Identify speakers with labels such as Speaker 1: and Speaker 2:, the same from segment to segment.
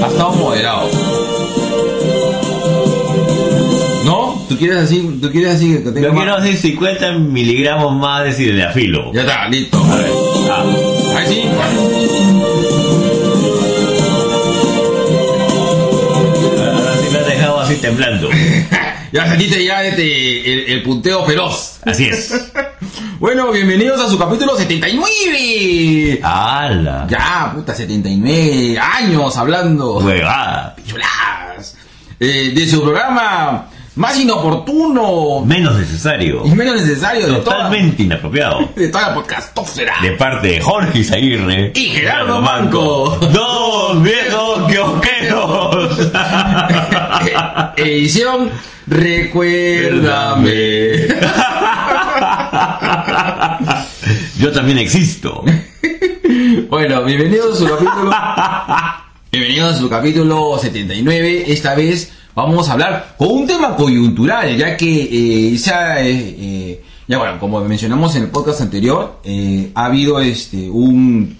Speaker 1: Bastado moderado. ¿No? ¿Tú quieres así? ¿Tú quieres así que tenga
Speaker 2: Yo
Speaker 1: más?
Speaker 2: quiero así 50 miligramos más de sildenafilo.
Speaker 1: Ya está, listo.
Speaker 2: A ver. Ah,
Speaker 1: Ahí sí.
Speaker 2: ahora sí me has dejado así temblando.
Speaker 1: Ya sentiste ya este, el, el punteo feroz.
Speaker 2: Así es.
Speaker 1: Bueno, bienvenidos a su capítulo 79.
Speaker 2: ¡Hala!
Speaker 1: Ya, puta, 79 años hablando.
Speaker 2: ¡Huevada!
Speaker 1: Chuladas. Eh, de su programa más inoportuno
Speaker 2: Menos necesario.
Speaker 1: y menos necesario de toda,
Speaker 2: Totalmente inapropiado.
Speaker 1: de toda la podcastófera.
Speaker 2: De parte de Jorge Isaguirre
Speaker 1: Y Gerardo Manco.
Speaker 2: Dos viejos kiosqueros.
Speaker 1: Eh, Edición Recuérdame.
Speaker 2: Yo también existo.
Speaker 1: Bueno, bienvenidos a su capítulo. bienvenidos a su capítulo 79. Esta vez vamos a hablar con un tema coyuntural, ya que eh, ya, eh, eh, ya bueno, como mencionamos en el podcast anterior, eh, ha habido este un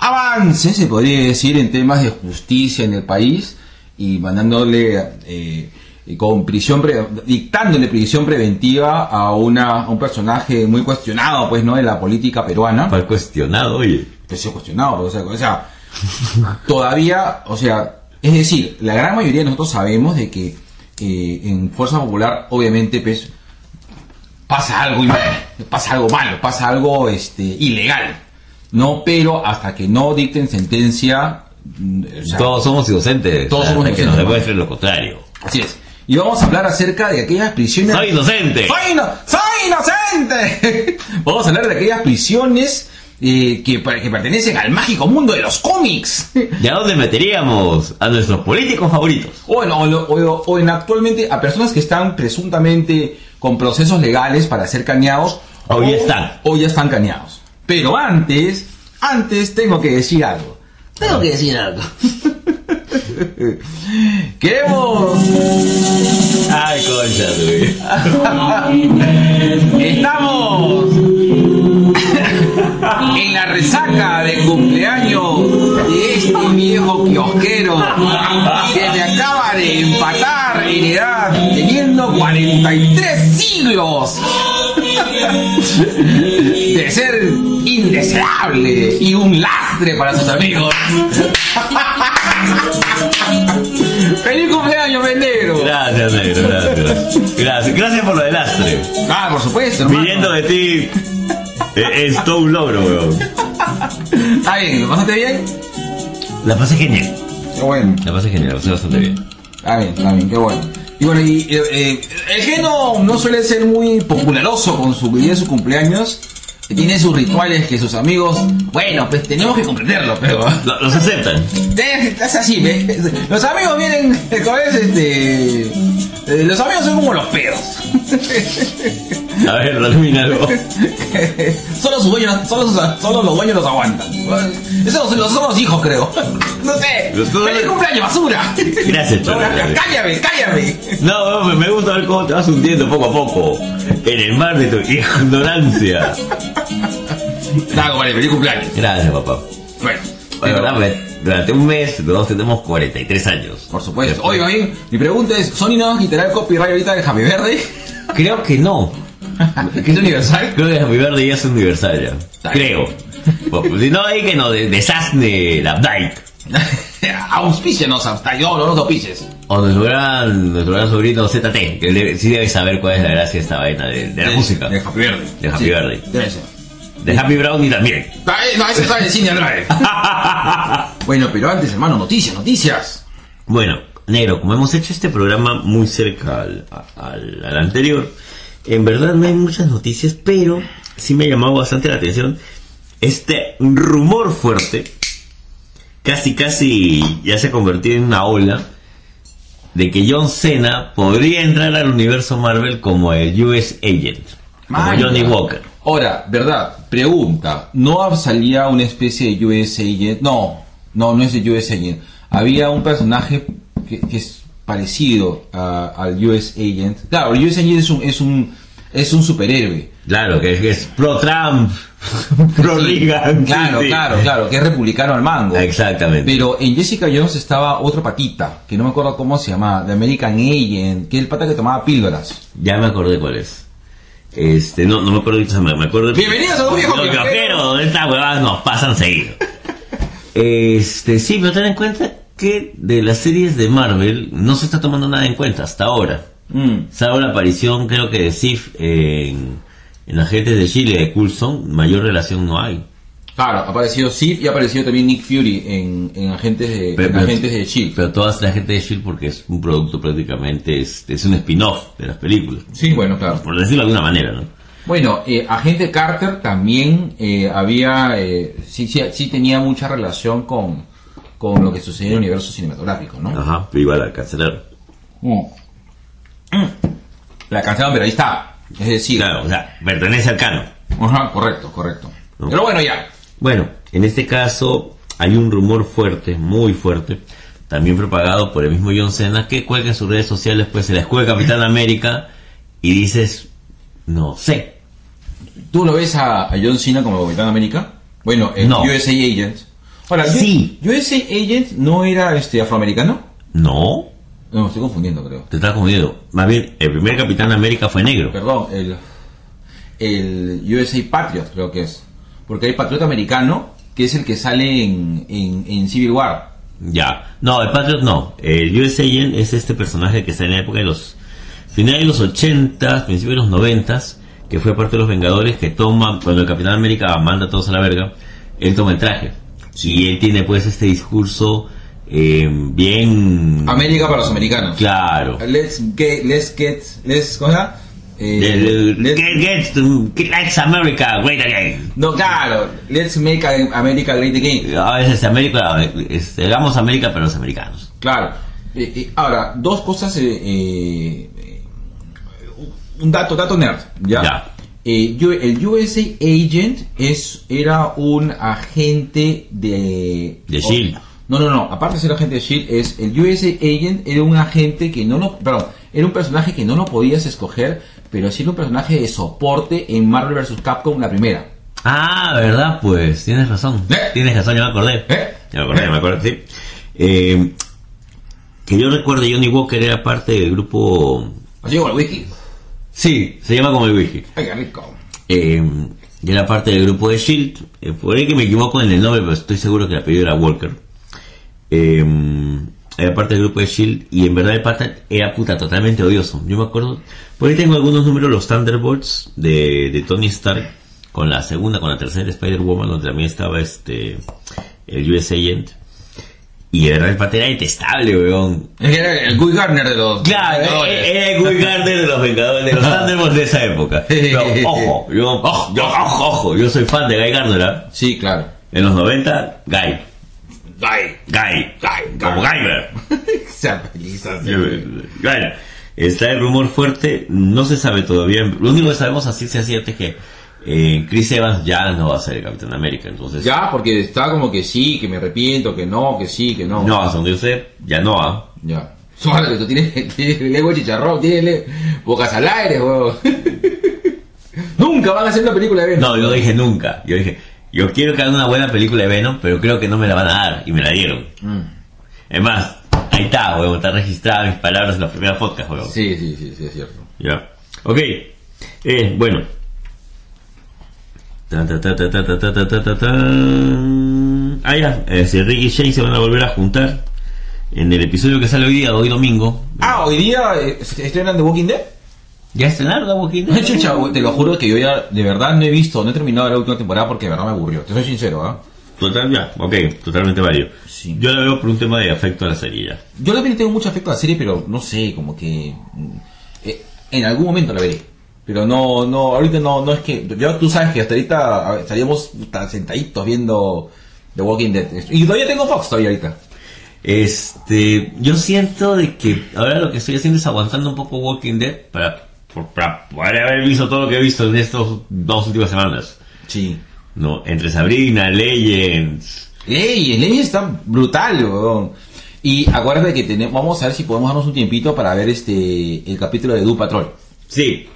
Speaker 1: avance, se podría decir, en temas de justicia en el país y mandándole eh, con prisión pre- dictándole prisión preventiva a una a un personaje muy cuestionado, pues, ¿no? de la política peruana
Speaker 2: Fue cuestionado, oye.
Speaker 1: que se ha cuestionado, o sea, o sea, todavía, o sea, es decir, la gran mayoría de nosotros sabemos de que eh, en Fuerza Popular, obviamente, pues, pasa algo y- pasa algo malo, pasa algo este ilegal, no, pero hasta que no dicten sentencia, mm, o sea,
Speaker 2: Todos somos inocentes.
Speaker 1: Todos somos
Speaker 2: hasta que
Speaker 1: inocentes.
Speaker 2: nos demuestren lo contrario.
Speaker 1: así es. Y vamos a hablar acerca de aquellas prisiones.
Speaker 2: ¡Soy inocente!
Speaker 1: ¡Soy, ino- soy inocente! Vamos a hablar de aquellas prisiones eh, que, pa- que pertenecen al mágico mundo de los cómics.
Speaker 2: ¿Y a dónde meteríamos a nuestros políticos favoritos?
Speaker 1: O en, o en- o- o en actualmente a personas que están presuntamente con procesos legales para ser caneados.
Speaker 2: O ya están.
Speaker 1: O ya están caneados. Pero antes, antes tengo que decir algo. Tengo que decir algo. Queremos.
Speaker 2: ¡Ay, concha, güey!
Speaker 1: Estamos en la resaca de cumpleaños de este viejo kiosquero que me acaba de empatar en edad teniendo 43 siglos de ser indeseable y un lastre para sus amigos. ¡Feliz cumpleaños, Vendero!
Speaker 2: Gracias, negro, gracias. Gracias, gracias por lo del astre.
Speaker 1: Ah, por supuesto, hermano.
Speaker 2: Viniendo de ti eh, es todo un logro, weón.
Speaker 1: Está bien, ¿lo pasaste bien?
Speaker 2: La pasé genial.
Speaker 1: Qué bueno.
Speaker 2: La pasé genial, la pasé bastante bien.
Speaker 1: Está bien, está bien, qué bueno. Y bueno, y, eh, eh, el Geno no suele ser muy popularoso con su día de sus cumpleaños. Tiene sus rituales que sus amigos, bueno, pues tenemos que comprenderlo, pero...
Speaker 2: Lo- Los aceptan.
Speaker 1: Eh, Es así, ¿ves? Los amigos vienen, como es, este... eh, Los amigos son como los pedos.
Speaker 2: A ver, algo.
Speaker 1: solo, sus dueños, solo, sus- solo los dueños los aguantan. Esos son los, son los hijos, creo. no sé.
Speaker 2: Los-
Speaker 1: ¡Feliz cumpleaños, basura!
Speaker 2: Gracias,
Speaker 1: No,
Speaker 2: Cholo.
Speaker 1: cállame, cállame.
Speaker 2: No, weón, me- me gusta ver cómo te vas hundiendo poco a poco en el mar de tu ignorancia.
Speaker 1: Claro, vale, feliz cumpleaños.
Speaker 2: Gracias, papá.
Speaker 1: Bueno,
Speaker 2: De
Speaker 1: pero-
Speaker 2: verdad, me- durante un mes nosotros tenemos 43 años.
Speaker 1: por supuesto.
Speaker 2: Este.
Speaker 1: Oye, bien, mi pregunta es, ¿Sony no quitará el copyright ahorita de Javi Verde?
Speaker 2: Creo que no.
Speaker 1: ¿Que es universal?
Speaker 2: Creo que Happy Verde ya es universal ya. Creo. Bueno, Si no, ahí que nos de- desazne la Updike.
Speaker 1: Auspícianos, hasta yo, no nos auspices.
Speaker 2: O nuestro gran, nuestro gran sobrino ZT, que él debe- sí debe saber cuál es la gracia de esta vaina de, de la música.
Speaker 1: De Javi Verde.
Speaker 2: De Happy Verde.
Speaker 1: Debe ser.
Speaker 2: De Happy Brownie también.
Speaker 1: Ah, eh, No, ese está en el cine Andrade. bueno, pero antes, hermano, noticias, noticias.
Speaker 2: Bueno, negro, como hemos hecho este programa muy cerca al, al- al anterior, en verdad no hay muchas noticias, pero sí me ha llamado bastante la atención este rumor fuerte, casi casi ya se ha convertido en una ola, de que John Cena podría entrar al universo Marvel como el US Agent, como
Speaker 1: Mano.
Speaker 2: Johnny Walker.
Speaker 1: Ahora, verdad, pregunta. ¿No salía una especie de USA Agent? No, no, no es de USA Agent. Había un personaje que, que es parecido a- al US Agent. Claro, el US Agent es un, es un, es un superhéroe.
Speaker 2: Claro, que es, que es pro Trump. Pro Reagan.
Speaker 1: Claro,
Speaker 2: sí, sí.
Speaker 1: claro, claro, que es republicano al mango.
Speaker 2: Exactamente.
Speaker 1: Pero en Jessica Jones estaba otro patita, que no me acuerdo cómo se llamaba, de American Agent, que es el pata que tomaba píldoras.
Speaker 2: Ya me acordé cuál es. Este, no, no me acuerdo ahorita, me me acuerdo.
Speaker 1: Bienvenidos a un viejo
Speaker 2: Los
Speaker 1: viajero.
Speaker 2: viajeros, estas huevadas nos pasan seguido. Este, sí, pero ten en cuenta que de las series de Marvel no se está tomando nada en cuenta hasta ahora.
Speaker 1: Mm.
Speaker 2: Salvo la aparición, creo que de Sif en, en Agentes de Chile de Coulson, mayor relación no hay.
Speaker 1: Claro, ha aparecido Sif y ha aparecido también Nick Fury en, en Agentes de, en Agentes de Shield.
Speaker 2: Pero todas las Agentes de Shield porque es un producto prácticamente, es, es un spin-off de las películas.
Speaker 1: Sí, bueno, claro.
Speaker 2: Por decirlo de alguna manera, ¿no?
Speaker 1: Bueno, eh, Agente Carter también eh, había, eh, sí, sí, sí tenía mucha relación con, con lo que sucedió en el universo cinematográfico, ¿no?
Speaker 2: Ajá, pero igual la cancelaron.
Speaker 1: Mm. Mm. La cancelaron, pero ahí está. Es decir,
Speaker 2: Claro, o sea, pertenece al canon.
Speaker 1: ajá, correcto, correcto.
Speaker 2: No.
Speaker 1: Pero bueno, ya.
Speaker 2: Bueno, en este caso hay un rumor fuerte, muy fuerte, también propagado por el mismo John Cena, que cuelga en sus redes sociales, pues se la escuela Capitán América y dices, no sé.
Speaker 1: ¿Tú lo ves a, a John Cena como Capitán América? Bueno, el
Speaker 2: No.
Speaker 1: USA Agent. Ahora,
Speaker 2: Sí.
Speaker 1: U- USA Agent no era este afroamericano.
Speaker 2: No,
Speaker 1: No, me estoy confundiendo, creo.
Speaker 2: te estás confundiendo. Más bien, el primer Capitán América fue negro.
Speaker 1: Perdón, el, el USA Patriot creo que es. Porque hay Patriota americano que es el que sale en, en, en Civil War.
Speaker 2: Ya. No, el Patriot no. El US Agent es este personaje que está en la época de los finales de los 80, principios de los 90, que fue parte de los Vengadores, que toma, cuando el Capitán América manda a todos a la verga, él toma el traje. Y él tiene pues este discurso eh, bien...
Speaker 1: América para los americanos.
Speaker 2: Claro.
Speaker 1: Let's get, let's get, let's, ¿cómo era? Eh,
Speaker 2: El- el-
Speaker 1: let's-
Speaker 2: get, get to- get likes America, great again.
Speaker 1: no, claro, let's make America great again.
Speaker 2: A veces América, es- hagamos América para los americanos.
Speaker 1: Claro. Eh, eh, ahora, dos cosas. eh, eh, eh, un dato, dato nerd. Ya.
Speaker 2: Ya.
Speaker 1: Eh, yo- el USA Agent es, era un agente de.
Speaker 2: De SHIELD.
Speaker 1: no, no, no. Aparte de ser agente de Shield, es el USA Agent era un agente que no lo. Perdón, era un personaje que no lo podías escoger, pero sí era un personaje de soporte en Marvel vs. Capcom, la primera.
Speaker 2: Ah, verdad, pues, tienes razón.
Speaker 1: ¿Eh?
Speaker 2: Tienes razón, ya me acordé.
Speaker 1: ¿Eh?
Speaker 2: Ya me acordé, ya me acordé, sí. Eh, que yo recuerde, Johnny Walker era parte del grupo.
Speaker 1: Así como el wiki.
Speaker 2: Sí, se llama como el Wiki.
Speaker 1: Ay, qué rico.
Speaker 2: Eh, y era parte del grupo de Shield. Eh, por ahí que me equivoco en el nombre, pero estoy seguro que el apellido era Walker. Eh, era parte del grupo de Shield. Y en verdad el pata era puta totalmente odioso. Yo me acuerdo. Por ahí tengo algunos números de los Thunderbolts de, de Tony Stark. Con la segunda, con la tercera Spider-Woman, donde también estaba este el US Agent. Y de verdad el pata era detestable, weón.
Speaker 1: Era el Guy Garner de los.
Speaker 2: Claro, eh,
Speaker 1: Vengadores.
Speaker 2: era el Guy Gardner de los Vengadores, de los Thunderbolts de esa época. Pero, ojo, yo, ojo, yo, ojo, ojo, yo soy fan de Guy Gardner. ¿ah?
Speaker 1: Sí, claro.
Speaker 2: En los 90, Guy.
Speaker 1: Ay.
Speaker 2: Guy.
Speaker 1: Guy,
Speaker 2: Como
Speaker 1: Guy.
Speaker 2: Guyver.
Speaker 1: Se apeliza, sí.
Speaker 2: Bueno, está el rumor fuerte, no se sabe todavía. Lo único que sabemos así se cierto es que eh, Chris Evans ya no va a ser el Capitán América. Entonces,
Speaker 1: Ya, porque está como que sí, que me arrepiento, que no, que sí, que no.
Speaker 2: no, hasta donde yo sé, ya no va.
Speaker 1: Ya. Solo que tú tienes, tienes lengua de chicharrón, tienes le- bocas al aire, huevón. Nunca van a hacer una película de Venom.
Speaker 2: No, yo dije nunca. Yo dije, yo quiero que hagan una buena película de Venom, pero creo que no me la van a dar. Y me la dieron.
Speaker 1: Mm.
Speaker 2: Es más, ahí está, huevón, está registrada mis palabras en los primeros podcasts, huevón.
Speaker 1: Sí, sí, sí, sí, es cierto.
Speaker 2: Ya. Ok. Eh, bueno. Ta, ta, ta, ta, ta, ta, ta, ta, ta, ta, ta. Ah, ya. Eh, si Rick y Jay se van a volver a juntar en el episodio que sale hoy día, hoy domingo.
Speaker 1: Ah, hoy día eh, se estrenan The Walking Dead.
Speaker 2: ¿Ya estrenaron la boquita?
Speaker 1: Chucha, te lo juro que yo ya de verdad no he visto, no he terminado la última temporada porque de verdad me aburrió. Te soy sincero, ¿ah?
Speaker 2: Total, ya. Ok, totalmente válido.
Speaker 1: Sí.
Speaker 2: Yo la veo por un tema de afecto a la serie ya.
Speaker 1: Yo también tengo mucho afecto a la serie, pero no sé, como que mm, eh, en algún momento la veré. Pero no, no, ahorita no, no es que. Yo, tú sabes que hasta ahorita a ver, estaríamos puta, sentaditos viendo The Walking Dead. Y todavía tengo Fox todavía ahorita.
Speaker 2: Este, yo siento de que ahora lo que estoy haciendo es aguantando un poco Walking Dead para, por- para poder haber visto todo lo que he visto en estas dos últimas semanas.
Speaker 1: Sí.
Speaker 2: No, entre Sabrina, Legends.
Speaker 1: Leyes, Leyes está brutal, weón. Y acuérdate que tenemos, vamos a ver si podemos darnos un tiempito para ver este el capítulo de Doom Patrol.
Speaker 2: Sí.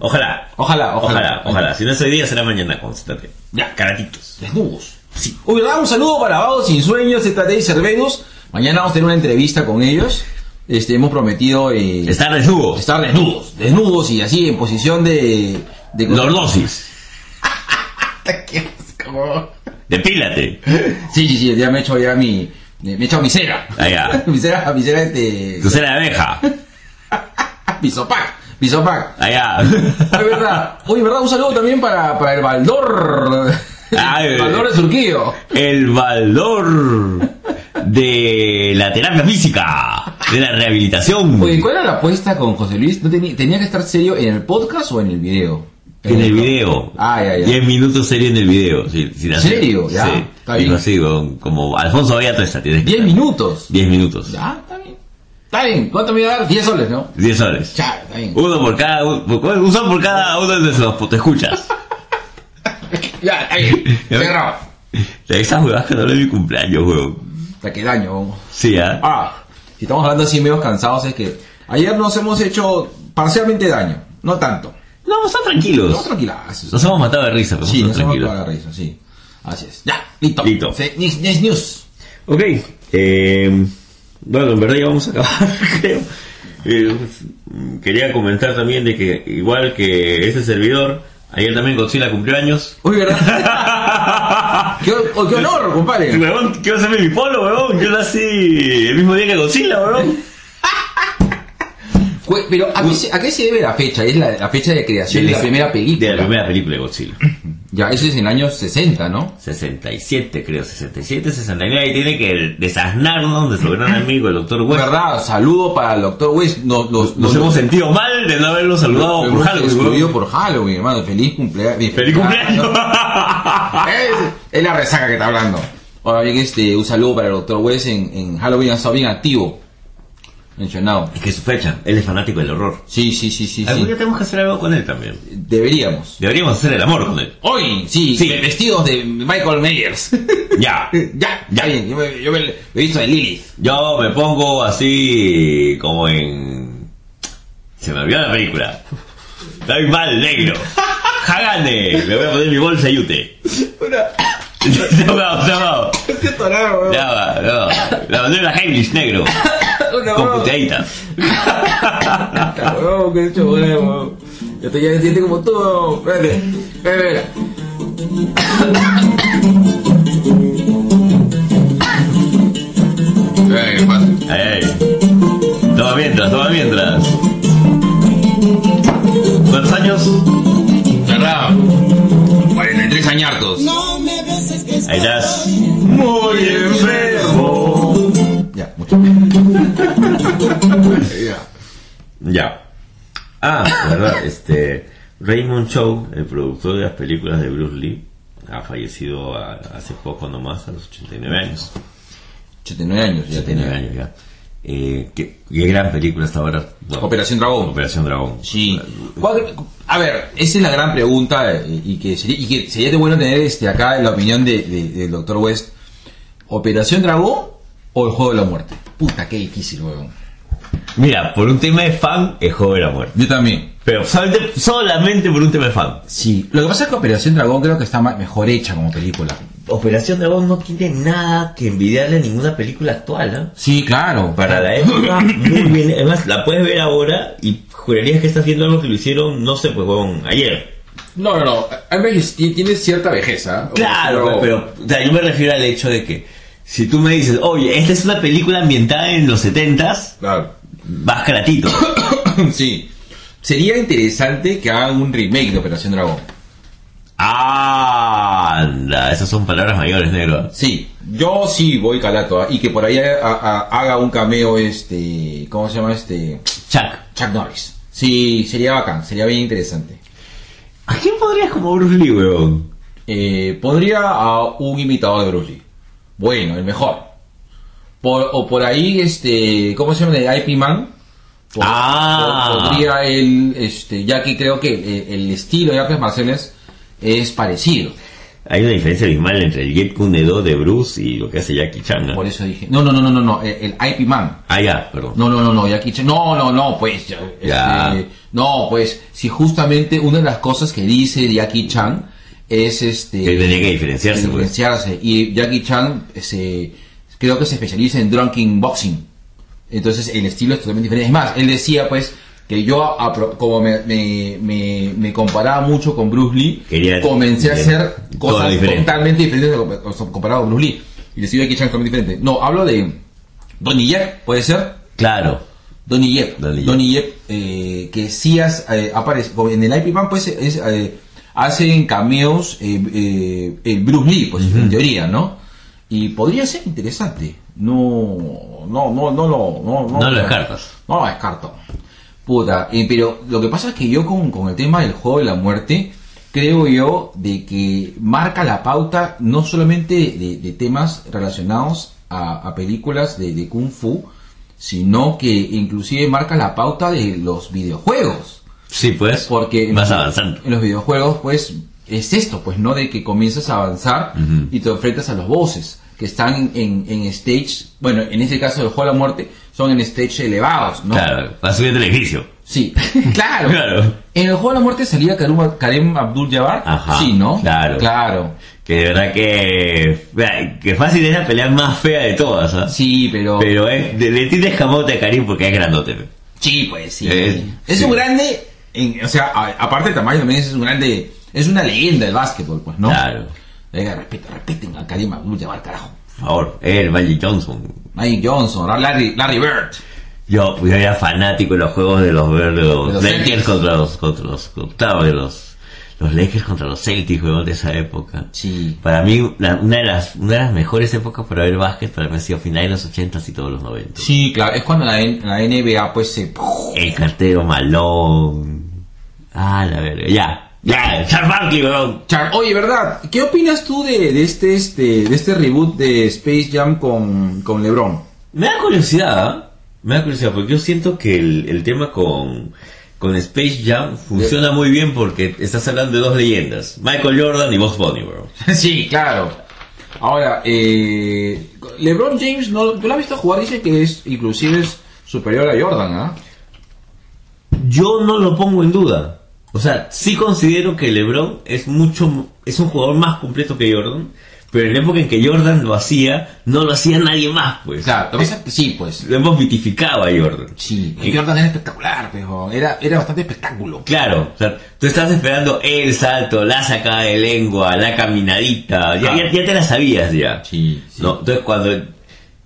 Speaker 2: Ojalá.
Speaker 1: Ojalá, ojalá.
Speaker 2: Ojalá, ojalá. Si no es hoy día, será mañana, constate. Ya, caratitos.
Speaker 1: Desnudos. Sí. Uy, ¿verdad? Un saludo para Vagos Sin Sueños, ZT y Cervenos. Mañana vamos a tener una entrevista con ellos. Este, hemos prometido eh,
Speaker 2: Estar desnudo.
Speaker 1: estar desnudos, desnudos y así en posición de. de
Speaker 2: Lordosis.
Speaker 1: Qué asco.
Speaker 2: Depílate.
Speaker 1: Sí, sí, sí, ya me he hecho ya mi. Me he echado mi cera.
Speaker 2: Ah, ya.
Speaker 1: mi cera, mi cera este.
Speaker 2: Tu cera de abeja.
Speaker 1: Pisopac, pisopac.
Speaker 2: Allá.
Speaker 1: Oye, verdad. Oye, verdad, un saludo también para, para el Baldor.
Speaker 2: Ay,
Speaker 1: Baldor de Surquillo.
Speaker 2: El valor de la terapia física. De la rehabilitación.
Speaker 1: Oye, ¿cuál era la apuesta con José Luis? ¿No tenía, ¿Tenía que estar serio en el podcast o en el video?
Speaker 2: En el video.
Speaker 1: Ah, ya, ya.
Speaker 2: 10 minutos serio en el video. Sí, sin hacer-
Speaker 1: serio? Ya,
Speaker 2: Sí.
Speaker 1: está bien.
Speaker 2: Digo así, con- como Alfonso Beato está. Tienes
Speaker 1: ¿Diez minutos?
Speaker 2: 10 minutos.
Speaker 1: Ya, está bien. Está bien, ¿cuánto me iba a dar? 10 soles, ¿no?
Speaker 2: 10 horas.
Speaker 1: Ya, está bien.
Speaker 2: Uno por cada uno. Un sol por cada uno de esos pues, te escuchas.
Speaker 1: Ya, está bien.
Speaker 2: Ya.
Speaker 1: Cerrado.
Speaker 2: Esas huevadas que no le mi cumpleaños, weón.
Speaker 1: Hasta que daño. vamos.
Speaker 2: Sí, ¿ah?
Speaker 1: Ah, si estamos hablando así medio cansados, es que ayer nos hemos hecho parcialmente daño. No tanto.
Speaker 2: No, están
Speaker 1: No,
Speaker 2: tranquilos.
Speaker 1: tranquilas.
Speaker 2: Nos hemos matado de risa, pero
Speaker 1: Sí,
Speaker 2: están
Speaker 1: nos hemos
Speaker 2: tranquilos.
Speaker 1: cagado de risa, sí. Así es. Ya, listo.
Speaker 2: Listo.
Speaker 1: Se- Next, next news.
Speaker 2: Ok. eh, bueno, en verdad ya vamos a acabar, creo. Eh, quería comentar también de que, igual que ese servidor, ayer también Godzilla cumplió años.
Speaker 1: Uy, ¿verdad? qué, oh, qué honor, compadre.
Speaker 2: Weón, quiero hacerme mi polo, weón. Yo nací el mismo día que Godzilla, weón.
Speaker 1: Cu- Pero, ¿a qué, se, a qué se debe la fecha? Es la, la fecha de creación de la primera película.
Speaker 2: De la primera película de Godzilla.
Speaker 1: Ya, eso es en el año 60, ¿no?
Speaker 2: 67, creo, 67, 69. Y tiene que desaznarnos de su gran amigo, el doctor West.
Speaker 1: ¿Verdad? Saludo para el doctor West. Nos, nos,
Speaker 2: Nos
Speaker 1: nos-
Speaker 2: hemos sentido mal de no haberlo saludado
Speaker 1: nos
Speaker 2: por
Speaker 1: hemos
Speaker 2: algo,
Speaker 1: excluido
Speaker 2: weón.
Speaker 1: por Halloween, hermano. Feliz cumpleaños.
Speaker 2: ¡Feliz cumpleaños!
Speaker 1: es, es la resaca que está hablando. Ahora bien, este, un saludo para el doctor West en, en Halloween. Ha estado bien activo. Mencionado.
Speaker 2: Es que es su fecha, él es fanático del horror.
Speaker 1: Sí, sí, sí, sí.
Speaker 2: Algún
Speaker 1: sí.
Speaker 2: día tenemos que hacer algo con él también.
Speaker 1: Deberíamos.
Speaker 2: Deberíamos hacer el amor con él.
Speaker 1: Hoy, sí,
Speaker 2: Sí.
Speaker 1: vestidos de Michael Myers.
Speaker 2: Ya.
Speaker 1: ya, ya bien. Yo me, yo me- me he visto de Lilith.
Speaker 2: Yo me pongo así como en... Se me olvidó la película. Estoy mal, negro. Hagane. Me voy a poner mi bolsa y yute. No, no, no.
Speaker 1: Ya.
Speaker 2: Ya, no. La bandera Heimlich, negro. Con puteaditas.
Speaker 1: Cabrón, que he hecho huevo. Yo estoy ya siente como tú. huevón. Espérate, espérate, espérate. Espérate, ¿qué pasa?
Speaker 2: Ay, ay. Toma mientras, toma mientras. ¿Cuántos años?
Speaker 1: Cerrado. 43 añartos.
Speaker 3: No me beses que
Speaker 2: Ahí estás.
Speaker 1: Muy enfermo. Ya, mucho. ya.
Speaker 2: Ya. Ah, de verdad, este. Raymond Chow, el productor de las películas de Bruce Lee, ha fallecido a- hace poco nomás, a los 89 años.
Speaker 1: 89 años ya tenía.
Speaker 2: 89 años ya. Eh, qué, qué gran película hasta ahora. Bueno,
Speaker 1: Operación Dragón.
Speaker 2: Operación Dragón.
Speaker 1: Sí. ¿Cuál- A ver, esa es la gran pregunta eh, y que sería, y que sería de bueno tener este, acá la opinión de, de- del doctor West. ¿Operación Dragón o el juego de la muerte? Puta, qué difícil, weón.
Speaker 2: Mira, por un tema de fan, es joven la muerte.
Speaker 1: Yo también.
Speaker 2: Pero solamente, solamente por un tema de fan.
Speaker 1: Sí. Lo que pasa es que Operación Dragón creo que está ma- mejor hecha como película.
Speaker 2: Operación Dragón no tiene nada que envidiarle a ninguna película actual, ¿ah?
Speaker 1: Sí, claro.
Speaker 2: Para la época, ¿eh? muy bien. Además, la puedes ver ahora y jurarías que estás viendo algo que lo hicieron, no sé, pues, huevón, ayer.
Speaker 1: No, no, no. Tiene cierta ¿ah? vejeza.
Speaker 2: Claro, pues, pero o sea, yo me refiero al hecho de que si tú me dices, oye, esta es una película ambientada en los 70s,
Speaker 1: Claro.
Speaker 2: vas caratito.
Speaker 1: sí. Sería interesante que hagan un remake de Operación Dragón.
Speaker 2: Anda, esas son palabras mayores, negro.
Speaker 1: Sí, yo sí voy calato. ¿ah? Y que por ahí ha- ha- haga un cameo este. ¿Cómo se llama este?
Speaker 2: Chuck,
Speaker 1: Chuck Norris. Sí, sería bacán, sería bien interesante.
Speaker 2: ¿a quién podrías como Bruce Lee, huevón?
Speaker 1: Eh, Pondría a un imitador de Bruce Lee. Bueno, el mejor. Por- o por ahí, este. ¿Cómo se llama? De IP Man. Pod-
Speaker 2: Ah.
Speaker 1: pod- Podría él, este. Ya que creo que eh, el estilo de artes marciales es parecido.
Speaker 2: Hay una diferencia abismal entre el Jet Kune Do de Bruce y lo que hace Jackie Chan. ¿ah?
Speaker 1: Por eso dije. No, no, no, no, no, no. El, el IP Man.
Speaker 2: Ah, ya, perdón.
Speaker 1: No, no, no, no, Jackie Chan. No, no, no, pues. ya,
Speaker 2: Ya.
Speaker 1: este, No, pues, si justamente una de las cosas que dice Jackie Chan es este.
Speaker 2: Que tenía que diferenciarse, pues.
Speaker 1: diferenciarse. Y Jackie Chan se, creo que se especializa en drunken boxing. Entonces el estilo es totalmente diferente. Es más, él decía pues que yo, a pro- como me, me- me- me comparaba mucho con Bruce Lee,
Speaker 2: Quería-
Speaker 1: comencé a
Speaker 2: bien,
Speaker 1: hacer
Speaker 2: todo
Speaker 1: cosas
Speaker 2: diferente.
Speaker 1: totalmente diferentes de lo- o sea, comparado con Bruce Lee. Y el estilo de Jackie Chan es totalmente diferente. No, hablo de Donnie Yen, ¿puede ser?
Speaker 2: Claro.
Speaker 1: Donnie Yep.
Speaker 2: Donnie Yep.
Speaker 1: Donnie Yep, eh, que sí has, eh, aparece. En el IP Man, pues, es, eh, hacen cameos eh, eh, el Bruce Lee, pues, en teoría, ¿no? Y podría ser interesante. No, no, no, no lo. No,
Speaker 2: No lo descartas.
Speaker 1: No lo descarto. Puta, eh, pero lo que pasa es que yo con, con el tema del juego de la muerte, creo yo de que marca la pauta no solamente de, de temas relacionados a, a películas de, de Kung Fu, sino que inclusive marca la pauta de los videojuegos.
Speaker 2: Sí, pues.
Speaker 1: Porque en-
Speaker 2: vas avanzando.
Speaker 1: En los videojuegos, pues, es esto, pues, ¿no? De que comienzas a avanzar
Speaker 2: Ujú.
Speaker 1: y te enfrentas a los bosses, que están en, en stage, bueno, en este caso del juego de la muerte, son en stage elevados, ¿no?
Speaker 2: Claro, vas subiendo el edificio.
Speaker 1: Sí, claro.
Speaker 2: Claro.
Speaker 1: En el juego de la muerte salía Karuma- Karim Abdul Jabbar.
Speaker 2: Ajá,
Speaker 1: Sí, ¿no?
Speaker 2: claro.
Speaker 1: Claro.
Speaker 2: Que de verdad que. vea, Que fácil es la pelea más fea de todas, ¿ah?
Speaker 1: Sí, pero.
Speaker 2: Pero es, de- le tienes camote a Karim porque es grandote. pe.
Speaker 1: Sí, pues sí.
Speaker 2: Es-
Speaker 1: es
Speaker 2: sí.
Speaker 1: un grande. en- o sea, a- aparte del tamaño, también es un grande. Es una leyenda del básquetbol, pues, ¿no?
Speaker 2: Claro.
Speaker 1: Venga, respeten, respeten a Karim Abdul Jabbar, carajo.
Speaker 2: Por favor, el Magic Johnson.
Speaker 1: Mike Johnson, Larry, Larry Bird.
Speaker 2: Yo, yo era fanático de los juegos de los, de los
Speaker 1: De los
Speaker 2: Lakers
Speaker 1: Celtics.
Speaker 2: contra los contra los contra de los los Lakers contra los Celtics, weón, de esa época.
Speaker 1: Sí.
Speaker 2: Para mí, la- una, de las, una de las mejores épocas para ver básquet para mí ha sido finales de los 80s y todos los 90.
Speaker 1: Sí, claro. Es cuando la, N- la NBA, pues, se.
Speaker 2: El cartero malón. Ah, la verga. Ya, ya, Charles Barkley, weón.
Speaker 1: Char- Oye, ¿verdad? ¿Qué opinas tú de, de este, este, de este reboot de Space Jam con, con LeBron?
Speaker 2: Me da curiosidad, ¿ah? me da curiosidad, porque yo siento que el, el tema con, con Space Jam funciona muy bien porque estás hablando de dos leyendas, Michael Jordan y Bob Bunny, weón.
Speaker 1: sí, claro. Ahora, eh, LeBron James, no, tú lo has visto jugar, dice que es inclusive es superior a Jordan, ¿ah?
Speaker 2: Yo no lo pongo en duda. O sea, sí considero que LeBron es mucho es un jugador más completo que Jordan, pero en la época en que Jordan lo hacía, no lo hacía nadie más, pues.
Speaker 1: Claro, lo que pasa es que sí, pues.
Speaker 2: Lo hemos mitificado a Jordan.
Speaker 1: Sí,
Speaker 2: Y-
Speaker 1: Jordan era espectacular, pero era, era bastante espectáculo.
Speaker 2: Claro, o sea, tú estás esperando el salto, la sacada de lengua, la caminadita, ya,
Speaker 1: Ah.
Speaker 2: ya- ya te la sabías ya.
Speaker 1: Sí, sí.
Speaker 2: ¿no? Entonces cuando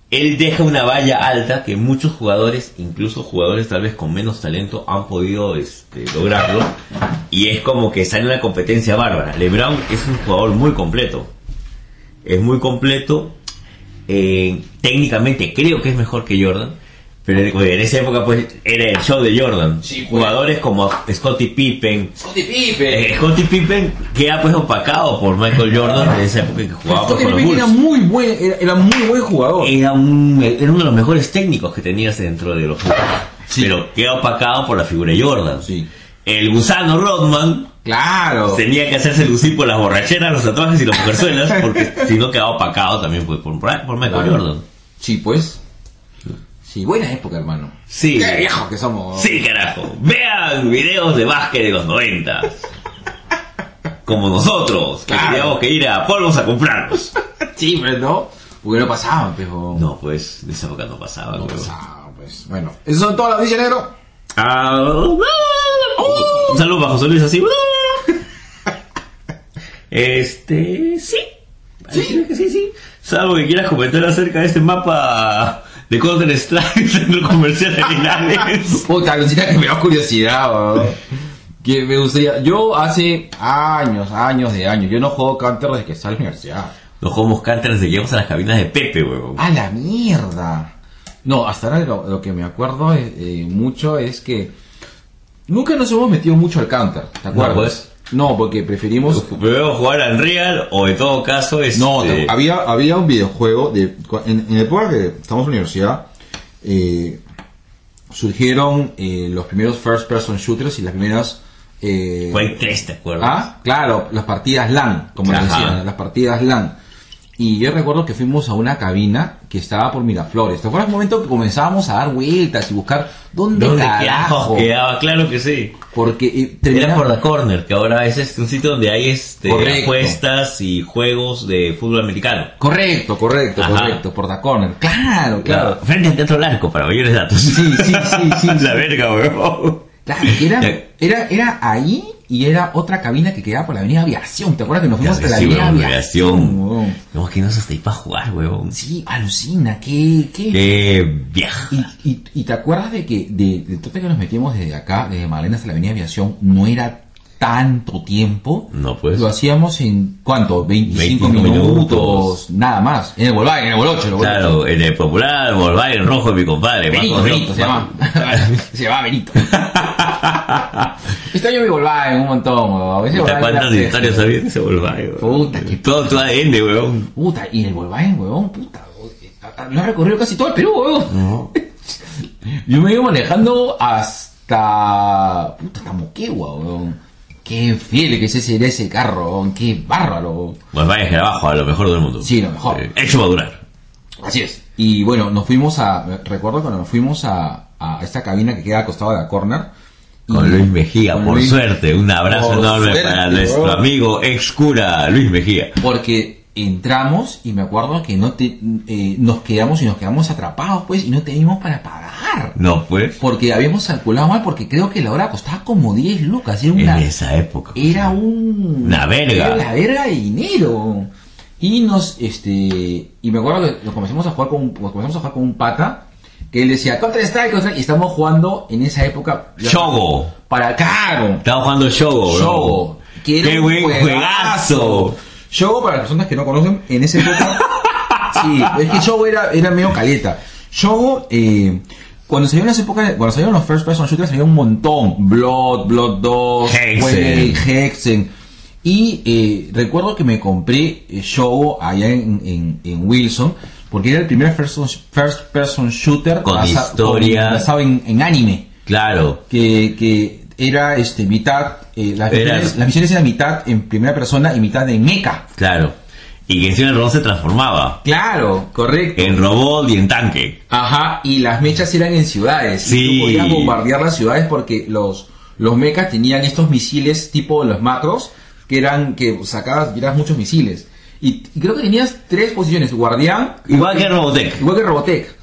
Speaker 2: él deja una valla alta que muchos jugadores, incluso jugadores tal vez con menos talento, han podido este, lograrlo y es como que sale una competencia bárbara. LeBron es un jugador muy completo, es muy completo, eh, técnicamente creo que es mejor que Jordan. Pero en esa época pues era el show de Jordan.
Speaker 1: Sí, pues.
Speaker 2: Jugadores como Scottie Pippen,
Speaker 1: Scottie Pippen.
Speaker 2: eh, Scottie Pippen queda pues opacado por Michael Jordan en esa época en que jugaba pues,
Speaker 1: Scottie
Speaker 2: con los
Speaker 1: Pippen era
Speaker 2: Bulls.
Speaker 1: muy buen, era, era muy buen jugador.
Speaker 2: Era, un- era uno de los mejores técnicos que tenías dentro de los Bulls.
Speaker 1: Sí.
Speaker 2: Pero queda opacado por la figura de Jordan.
Speaker 1: Sí. Oh.
Speaker 2: El gusano Rodman
Speaker 1: Claro.
Speaker 2: tenía que hacerse lucir por las borracheras, los tatuajes y las mujerzuelas, porque si no quedaba opacado también pues, por, por Michael
Speaker 1: Claro.
Speaker 2: Jordan.
Speaker 1: Sí, pues. Sí, buena época, hermano.
Speaker 2: Sí.
Speaker 1: Qué viejos que somos.
Speaker 2: Sí, carajo. Vean videos de básquet de los 90. Como nosotros, que
Speaker 1: Claro.
Speaker 2: teníamos que ir a polvos a comprarlos.
Speaker 1: Sí, pero no. Porque no pasaban, pero.
Speaker 2: No, pues, de esa época no pasaba,
Speaker 1: No
Speaker 2: huevón.
Speaker 1: pasaban, pues. Bueno, esas son todas las noticias, negro.
Speaker 2: Ah, oh, un saludo para José Luis así. Este, sí. Sí, que sí, sí. Salvo que quieras comentar acerca de este mapa de Counter Strike, centro comercial de Linares.
Speaker 1: Puta, alucina que me da curiosidad, weón. Que me gustaría. Yo hace años, años de años. Yo no juego Counter desde que salí de la universidad.
Speaker 2: Nos jugamos Counter desde que llegamos a las cabinas de Pepe, huevón.
Speaker 1: ¡A la mierda! No, hasta ahora lo, lo que me acuerdo eh, eh, mucho es que. Nunca nos hemos metido mucho al Counter, ¿te acuerdas?
Speaker 2: pues.
Speaker 1: No, porque preferimos.
Speaker 2: Primero jugar al Real o en todo caso es.
Speaker 1: No,
Speaker 2: eh,
Speaker 1: no, había, había un videojuego de, cu- en, en la época que estamos en la universidad eh, surgieron eh, los primeros first person shooters y las primeras eh,
Speaker 2: Quake 3, ¿te acuerdas?
Speaker 1: ah, claro, Ah, las partidas LAN, como
Speaker 2: Ajá.
Speaker 1: les decían, las partidas LAN. Y yo recuerdo que fuimos a una cabina que estaba por Miraflores. ¿Te acuerdas el momento que comenzábamos a dar vueltas y buscar dónde,
Speaker 2: ¿Dónde
Speaker 1: carajo?
Speaker 2: carajo quedaba? Claro que sí.
Speaker 1: Porque eh,
Speaker 2: Era
Speaker 1: termina-
Speaker 2: por la corner, que ahora es este, un sitio donde hay este,
Speaker 1: Correcto.
Speaker 2: apuestas y juegos de fútbol americano.
Speaker 1: Correcto, correcto,
Speaker 2: Ajá.
Speaker 1: correcto. Por Da Corner. Claro, claro.
Speaker 2: Frente al Teatro Larco, para mayores datos. Sí,
Speaker 1: sí, sí, sí,
Speaker 2: La verga, weón.
Speaker 1: Claro, que era,
Speaker 2: Ya.
Speaker 1: era, era ahí y era otra cabina que quedaba por la avenida Aviación. ¿Te acuerdas que nos fuimos
Speaker 2: Ya,
Speaker 1: hasta la
Speaker 2: sí,
Speaker 1: avenida
Speaker 2: weón,
Speaker 1: Aviación?
Speaker 2: Aviación.
Speaker 1: weón?
Speaker 2: Tenemos que irnos hasta ahí para jugar, weón.
Speaker 1: Sí, alucina, qué, qué.
Speaker 2: Qué viaje.
Speaker 1: Y, y, y te acuerdas de que de, de todo que nos metíamos desde acá, desde Magdalena hasta la avenida Aviación, no era tanto tiempo.
Speaker 2: No, pues.
Speaker 1: Lo hacíamos en, ¿cuánto? 25,
Speaker 2: 25
Speaker 1: minutos,
Speaker 2: minutos.
Speaker 1: nada más. En el Volkswagen, en el Volkswagen. en el Volkswagen.
Speaker 2: Claro, en el popular, Volkswagen rojo, mi compadre.
Speaker 1: Benito,
Speaker 2: Marcos
Speaker 1: Benito, se llama.
Speaker 2: Rojo.
Speaker 1: se llama Benito. este año me Volkswagen un montón, weón. Ese
Speaker 2: Puta,
Speaker 1: Volkswagen era
Speaker 2: ¿Cuántas
Speaker 1: peste.
Speaker 2: historias había de ese Volkswagen? weón?
Speaker 1: Puta, qué-
Speaker 2: Todo tu ADN, weón.
Speaker 1: Puta, y en el Volkswagen, weón, puta. weón, Lo ha recorrido casi todo el Perú, weón. Yo me iba manejando hasta. Puta, hasta Moquegua, weón. Qué fiel que es ese, era ese carro, weón. Qué bárbaro, weón.
Speaker 2: Volkswagen que abajo, a lo mejor del mundo.
Speaker 1: Sí, lo mejor.
Speaker 2: Eh, hecho madurar.
Speaker 1: Así es. Y bueno, nos fuimos a. Recuerdo cuando nos fuimos a, a esta cabina que queda al costado de la corner. y-
Speaker 2: Con Luis Mejía,
Speaker 1: Mm. con
Speaker 2: por
Speaker 1: Luis-
Speaker 2: suerte. Un abrazo
Speaker 1: Por
Speaker 2: enorme
Speaker 1: suerte,
Speaker 2: para
Speaker 1: weón.
Speaker 2: nuestro amigo ex cura Luis Mejía.
Speaker 1: Porque entramos y me acuerdo que no te, eh, nos quedamos y nos quedamos atrapados, pues, y no teníamos para pagar.
Speaker 2: No, pues.
Speaker 1: Porque habíamos calculado mal, porque creo que la hora costaba como 10 lucas. Era
Speaker 2: En
Speaker 1: una,
Speaker 2: esa época.
Speaker 1: era un
Speaker 2: Una verga.
Speaker 1: era una verga de dinero y nos este y me acuerdo que nos comenzamos a jugar con un, nos comenzamos a jugar con un pata que él decía Counter Strike Counter Strike", y estamos jugando en esa época
Speaker 2: Shogo.
Speaker 1: para caro
Speaker 2: Estaba jugando Shogo, bro.
Speaker 1: Shogo que era
Speaker 2: Qué
Speaker 1: un
Speaker 2: buen
Speaker 1: juegazo.
Speaker 2: juegazo.
Speaker 1: Shogo para las personas que no conocen en esa época sí es que Shogo era era medio caleta Shogo eh, cuando salieron las épocas, cuando salieron los first person shooters salieron un montón, Blood, Blood 2,
Speaker 2: Hexen.
Speaker 1: Wave, Hexen. Y eh, recuerdo que me compré eh, Shogo allá en, en- en Wilson, porque era el primer first, first person shooter
Speaker 2: Con
Speaker 1: basa-
Speaker 2: historia.
Speaker 1: con- basado en, en anime,
Speaker 2: Claro.
Speaker 1: que, que era este mitad, eh, las,
Speaker 2: Era-
Speaker 1: misiones, las misiones eran mitad en primera persona y mitad en mecha.
Speaker 2: Claro. Y que encima el robot se transformaba
Speaker 1: Claro, correcto.
Speaker 2: en robot y en tanque.
Speaker 1: Ajá, y las mechas eran en ciudades. Y
Speaker 2: Sí.
Speaker 1: tú podías bombardear las ciudades porque los, los mechas tenían estos misiles tipo los macros, que eran que sacabas, tirabas muchos misiles. Y, y creo que tenías tres posiciones, guardián,
Speaker 2: Igual que Robotech.
Speaker 1: igual que Robotech.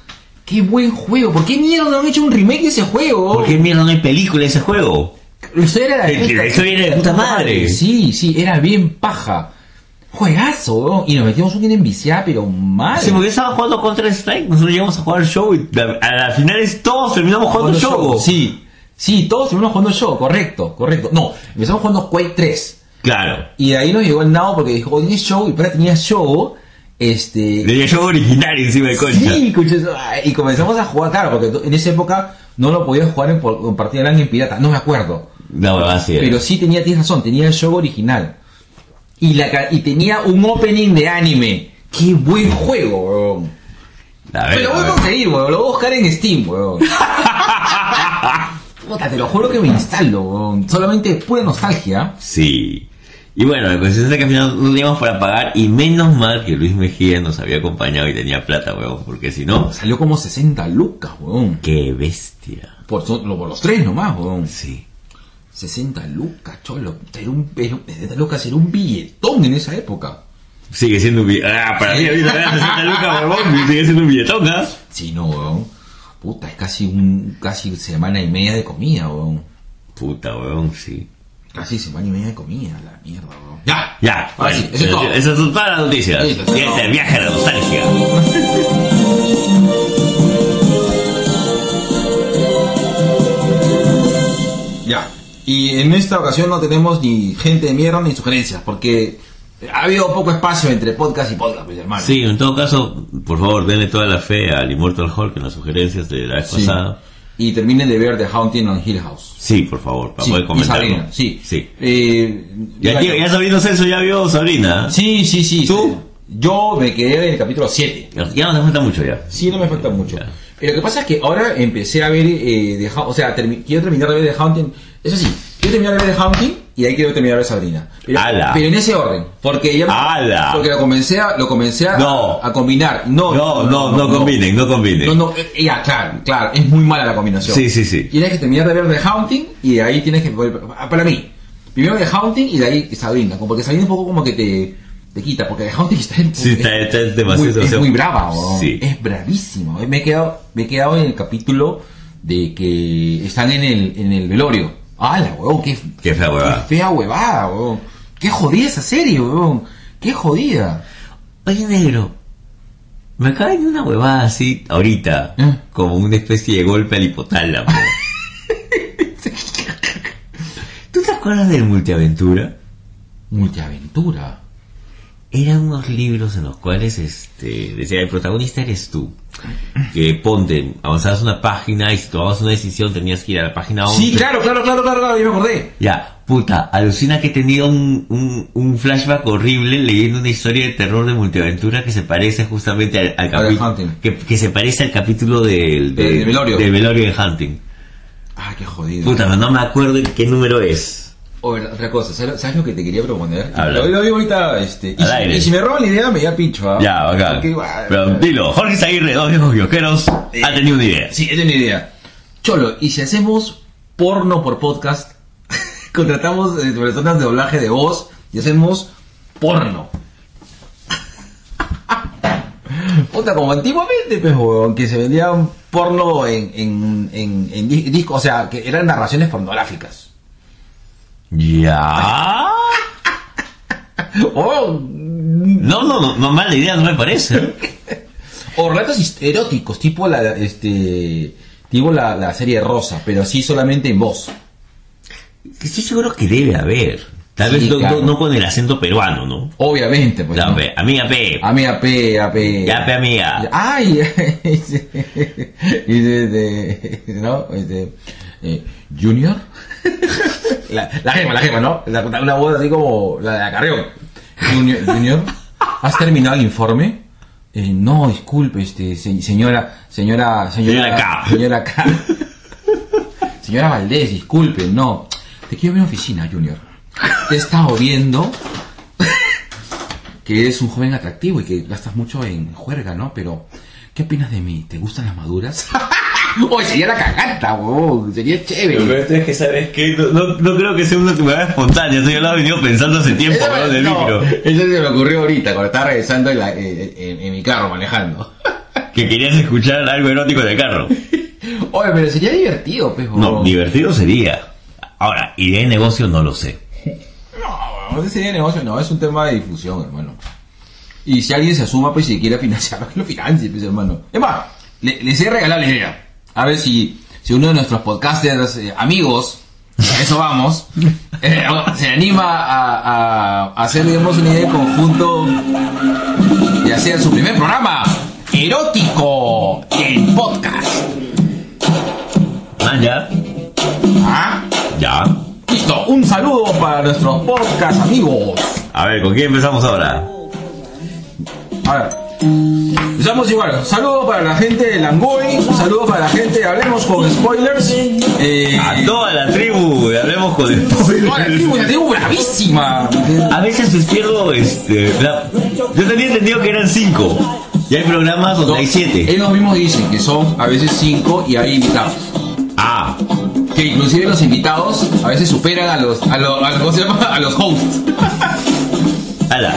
Speaker 1: ¡Qué buen juego! ¿Por qué mierda no han hecho un remake de ese juego?
Speaker 2: ¿Por qué mierda no hay película de ese juego?
Speaker 1: La historia era
Speaker 2: Sí,
Speaker 1: puta-
Speaker 2: la historia era de puta madre.
Speaker 1: Sí, sí, era bien paja. Juegazo, weón. Y nos metimos un enviciada, pero mal.
Speaker 2: Sí, porque estaba jugando Counter Strike, nosotros llegamos a jugar el show y la- a las finales todos terminamos jugando el
Speaker 1: Jugando
Speaker 2: show.
Speaker 1: Shogo. Sí, sí, todos estuvimos jugando Shogo, correcto, correcto. No, empezamos jugando Quake 3.
Speaker 2: Claro.
Speaker 1: Y de ahí nos llegó el Nao porque dijo, oye, Shogo, y para tenía Shogo, este...
Speaker 2: Tenía el show original encima de concha.
Speaker 1: Sí, concha su- ay, y comenzamos a jugar, claro, porque en esa época no lo podías jugar en, por- en partida online en pirata, no me acuerdo.
Speaker 2: No, va así era.
Speaker 1: Pero sí tenía, tienes razón, tenía el Shogo original. Y, la, ca- y tenía un opening de anime. ¡Qué buen juego, weón!
Speaker 2: La
Speaker 1: Me lo
Speaker 2: verga,
Speaker 1: voy a
Speaker 2: weón.
Speaker 1: conseguir, weón. Lo voy a buscar en Steam, weón. Puta, te lo juro que me instalo, weón. Solamente pura nostalgia. sí.
Speaker 2: Sí. Y bueno, la cuestión es que al final no teníamos para pagar y menos mal que Luis Mejía nos había acompañado y tenía plata, weón, porque si no,
Speaker 1: Salió como 60 lucas, weón.
Speaker 2: qué bestia.
Speaker 1: Por, so- lo- por los tres nomás, weón.
Speaker 2: Sí.
Speaker 1: 60 lucas, cholo. Era un, era un- 60 lucas era un billetón en esa época.
Speaker 2: Sigue siendo un billetón. Ah, para mí, ahorita me das 60 lucas, huevón. Sigue siendo un billetón, ¿ah?
Speaker 1: Sí, no, weón. Puta, es casi un casi semana y media de comida, weón.
Speaker 2: Puta, huevón, sí.
Speaker 1: Casi semana y media de comida, la mierda, weón. ¡Ya!
Speaker 2: Ya,
Speaker 1: Ahora
Speaker 2: bueno,
Speaker 1: Ah, sí, eso es todo.
Speaker 2: esas son todas las noticias.
Speaker 1: Sí, eso es
Speaker 2: Y
Speaker 1: todo.
Speaker 2: este es el viaje a la nostalgia.
Speaker 1: Ya. Y en esta ocasión no tenemos ni gente de mierda ni sugerencias, porque ha habido poco espacio entre podcast y podcast, pues, hermano.
Speaker 2: Sí, en todo caso, por favor, denle toda la fe al Immortal Hulk en las sugerencias de la vez
Speaker 1: Sí.
Speaker 2: pasada.
Speaker 1: Y terminen de ver The Haunting on Hill House.
Speaker 2: Sí, por favor, para
Speaker 1: Sí,
Speaker 2: poder
Speaker 1: y
Speaker 2: comentarlo.
Speaker 1: Sabrina, sí.
Speaker 2: Sí.
Speaker 1: Eh,
Speaker 2: Ya, tío, ya Sabrina Celso ya vio Sabrina. ¿eh?
Speaker 1: Sí, sí, sí.
Speaker 2: ¿Tú?
Speaker 1: Yo me quedé en el capítulo 7.
Speaker 2: Ya nos falta mucho ya.
Speaker 1: Sí, no me falta mucho.
Speaker 2: Ya.
Speaker 1: Eh, lo que pasa es que ahora empecé a ver, eh, The Hau- o sea, termi- quiero terminar de ver The Haunting. Eso sí, quiero terminar de ver The Haunting y ahí quiero terminar de Sabrina. Pero,
Speaker 2: Ala.
Speaker 1: pero en ese orden, porque ya me-
Speaker 2: Ala.
Speaker 1: porque lo comencé a, lo comencé a,
Speaker 2: No.
Speaker 1: a combinar. No,
Speaker 2: No, no, no combinen, no combinen.
Speaker 1: No, no, eh, ya, claro, claro, es muy mala la combinación.
Speaker 2: Sí, sí, sí.
Speaker 1: Tienes que terminar de ver The Haunting y de ahí tienes que volver- ah, para mí, primero The Haunting y de ahí Sabrina, como porque Sabrina un poco como que te, te quita, porque The Haunting está en
Speaker 2: Sí, está- está
Speaker 1: es
Speaker 2: demasiado-
Speaker 1: muy- es muy brava, weón.
Speaker 2: Sí.
Speaker 1: es bravísima. Me he quedado me he quedado en el capítulo de que están en el en el velorio. ¡Hala, weón! ¡Qué,
Speaker 2: Qué fea huevada.
Speaker 1: qué fea huevada, weón! ¡Qué jodida esa serie, weón! ¡Qué jodida!
Speaker 2: Oye, negro, me acaba de ir una huevada así ahorita,
Speaker 1: ¿Eh?
Speaker 2: como una especie de golpe al hipotálamo. ¿Tú te acuerdas del multiaventura?
Speaker 1: Multiaventura.
Speaker 2: Eran unos libros en los cuales este, decía, el protagonista eres tú.
Speaker 1: Mm.
Speaker 2: Que ponte, avanzabas una página y si tomabas una decisión tenías que ir a la página 11.
Speaker 1: Sí, claro, claro, claro, claro, claro, yo me acordé.
Speaker 2: Ya, puta, alucina que tenía un, un, un flashback horrible leyendo una historia de terror de multiaventura que se parece justamente al,
Speaker 1: A de
Speaker 2: capítulo.
Speaker 1: Hunting.
Speaker 2: Que, que se parece al capítulo del,
Speaker 1: De-
Speaker 2: del-
Speaker 1: de Velorio.
Speaker 2: del velorio de Hunting.
Speaker 1: Ah, qué jodido.
Speaker 2: Puta, pero no me acuerdo qué número es.
Speaker 1: O, otra cosa, ¿sabes, sabes lo que te quería proponer?
Speaker 2: Habla.
Speaker 1: Lo, lo digo ahorita, este. Y
Speaker 2: Al
Speaker 1: si,
Speaker 2: aire.
Speaker 1: y si me roban la idea, me da pincho, ¿ah?
Speaker 2: Ya, bacán.
Speaker 1: Porque igual-
Speaker 2: Pero dilo, Jorge Zaguirre, dos viejos guioqueros, ha tenido una idea.
Speaker 1: Sí, he tenido idea. Cholo, ¿y si hacemos porno por podcast? Contratamos eh, personas de doblaje de voz y hacemos porno. Puta, como antiguamente, pues, huevón, que se vendía un porno en, en, en, en dis- disco, o sea, que eran narraciones pornográficas.
Speaker 2: Ya.
Speaker 1: O,
Speaker 2: No, no, no, no mala idea, no me parece.
Speaker 1: o relatos hist- eróticos, tipo la, este, tipo la, la serie Rosa, pero así solamente en voz.
Speaker 2: Estoy seguro que debe haber. Tal
Speaker 1: Sí,
Speaker 2: vez no,
Speaker 1: claro.
Speaker 2: no- no con el acento peruano, ¿no?
Speaker 1: Obviamente, pues.
Speaker 2: La
Speaker 1: ¿no? Ah,
Speaker 2: pe- amiga P.
Speaker 1: A mí, a P, a P.
Speaker 2: Ya, pe, amiga.
Speaker 1: Ay, y se- y se- de- ¿no? Este, eh, Junior. La, la gema, la gema, ¿no? La- una voz así como la de Acarreón. Junior, Junior, ¿has terminado el informe? Eh, no, disculpe, este, se- señora, señora,
Speaker 2: Señora
Speaker 1: señora
Speaker 2: K.
Speaker 1: Señora K. Señora Valdés, disculpe, no. Te quiero ver en la oficina, Junior. Te he estado viendo que eres un joven atractivo y que gastas mucho en juerga, ¿no? Pero, ¿qué opinas de mí? ¿Te gustan las maduras? Oye, sería la cagata, huevón. Sería
Speaker 2: Lo
Speaker 1: chévere.
Speaker 2: peor es que sabes que no, no- no creo que sea una actividad espontánea, eso yo lo he venido pensando hace tiempo,
Speaker 1: Eso
Speaker 2: weón,
Speaker 1: me-
Speaker 2: del
Speaker 1: no,
Speaker 2: micro.
Speaker 1: eso se me ocurrió ahorita, cuando estaba regresando en, la- en- en- en mi carro manejando.
Speaker 2: Que querías escuchar algo erótico en el carro.
Speaker 1: Oye, pero sería divertido, pues,
Speaker 2: No,
Speaker 1: huevón.
Speaker 2: divertido sería. Ahora, idea de negocio no lo sé.
Speaker 1: No, huevón, ese sería negocio, no, es un tema de difusión, hermano. Y si alguien se asuma, pues, si quiere financiarlo, que lo financie, pues, hermano. Es más, le- les he regalado la idea. A ver si, si uno de nuestros podcasters eh, amigos, a eso vamos, eh, se anima a, a- a hacer, digamos, una idea de conjunto y hacer su primer programa erótico en podcast.
Speaker 2: Ah, ya.
Speaker 1: ¿Ah?
Speaker 2: Ya.
Speaker 1: Listo, un saludo para nuestros podcast amigos.
Speaker 2: A ver, ¿con quién empezamos ahora?
Speaker 1: A ver. Empezamos igual. Un saludo para la gente de Langoy. Un saludo para la gente de Hablemos con Spoilers. Eh,
Speaker 2: A toda la tribu, y hablemos con
Speaker 1: no, la tribu, la tribu bravísima.
Speaker 2: A veces despierto, este. la- Yo tenía entendido que eran cinco. Y hay programas donde hay siete.
Speaker 1: Ellos mismos dicen que son a veces cinco y hay invitados.
Speaker 2: Ah,
Speaker 1: Que inclusive los invitados a veces superan a los, a los, a los, ¿cómo se llama? A los hosts.
Speaker 2: ala.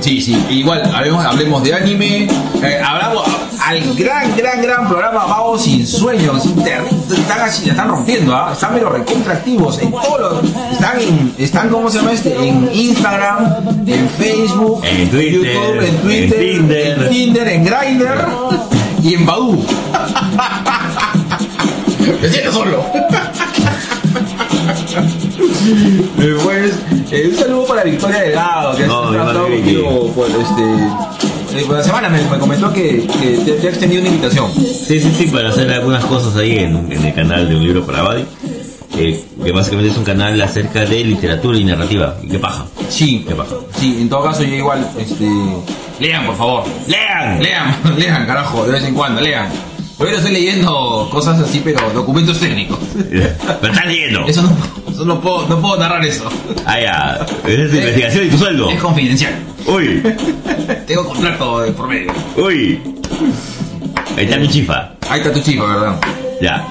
Speaker 1: Sí, sí, igual, hablemos, hablemos de anime, eh, hablamos al gran, gran, gran programa Vagos sin sueños, están así, la están rompiendo, ¿ah? están pero recontractivos en todos los, están en, están, ¿cómo se llama este? En Instagram, en Facebook,
Speaker 2: En Twitter,
Speaker 1: YouTube, en
Speaker 2: en
Speaker 1: Twitter,
Speaker 2: Tinder.
Speaker 1: en Tinder, en Grindr y en Badoo. Me siento solo. Eh, Pues, eh, un saludo para Victoria Delgado, que has
Speaker 2: No, mi
Speaker 1: estado
Speaker 2: Margarita.
Speaker 1: contigo por este. eh, por la semana me, me comentó que, que te, te has tenido una invitación.
Speaker 2: Sí, sí, sí, para hacer algunas cosas ahí en, en el canal de Un Libro para Badi, eh, que básicamente es un canal acerca de literatura y narrativa. Y qué paja.
Speaker 1: Sí,
Speaker 2: Qué paja.
Speaker 1: sí, en todo caso yo igual, este. Lean, por favor.
Speaker 2: ¡Lean!
Speaker 1: Lean, lean, carajo, de vez en cuando, lean. Hoy estoy leyendo cosas así, pero documentos técnicos.
Speaker 2: ¡Lo estás leyendo!
Speaker 1: Eso no. no puedo, no puedo narrar eso.
Speaker 2: Ah, ya. Es tu investigación y tu sueldo.
Speaker 1: Es confidencial.
Speaker 2: Uy,
Speaker 1: Tengo contrato de por medio.
Speaker 2: uy. Ahí está mi chifa.
Speaker 1: Ahí está tu chifa, ¿verdad?
Speaker 2: Ya.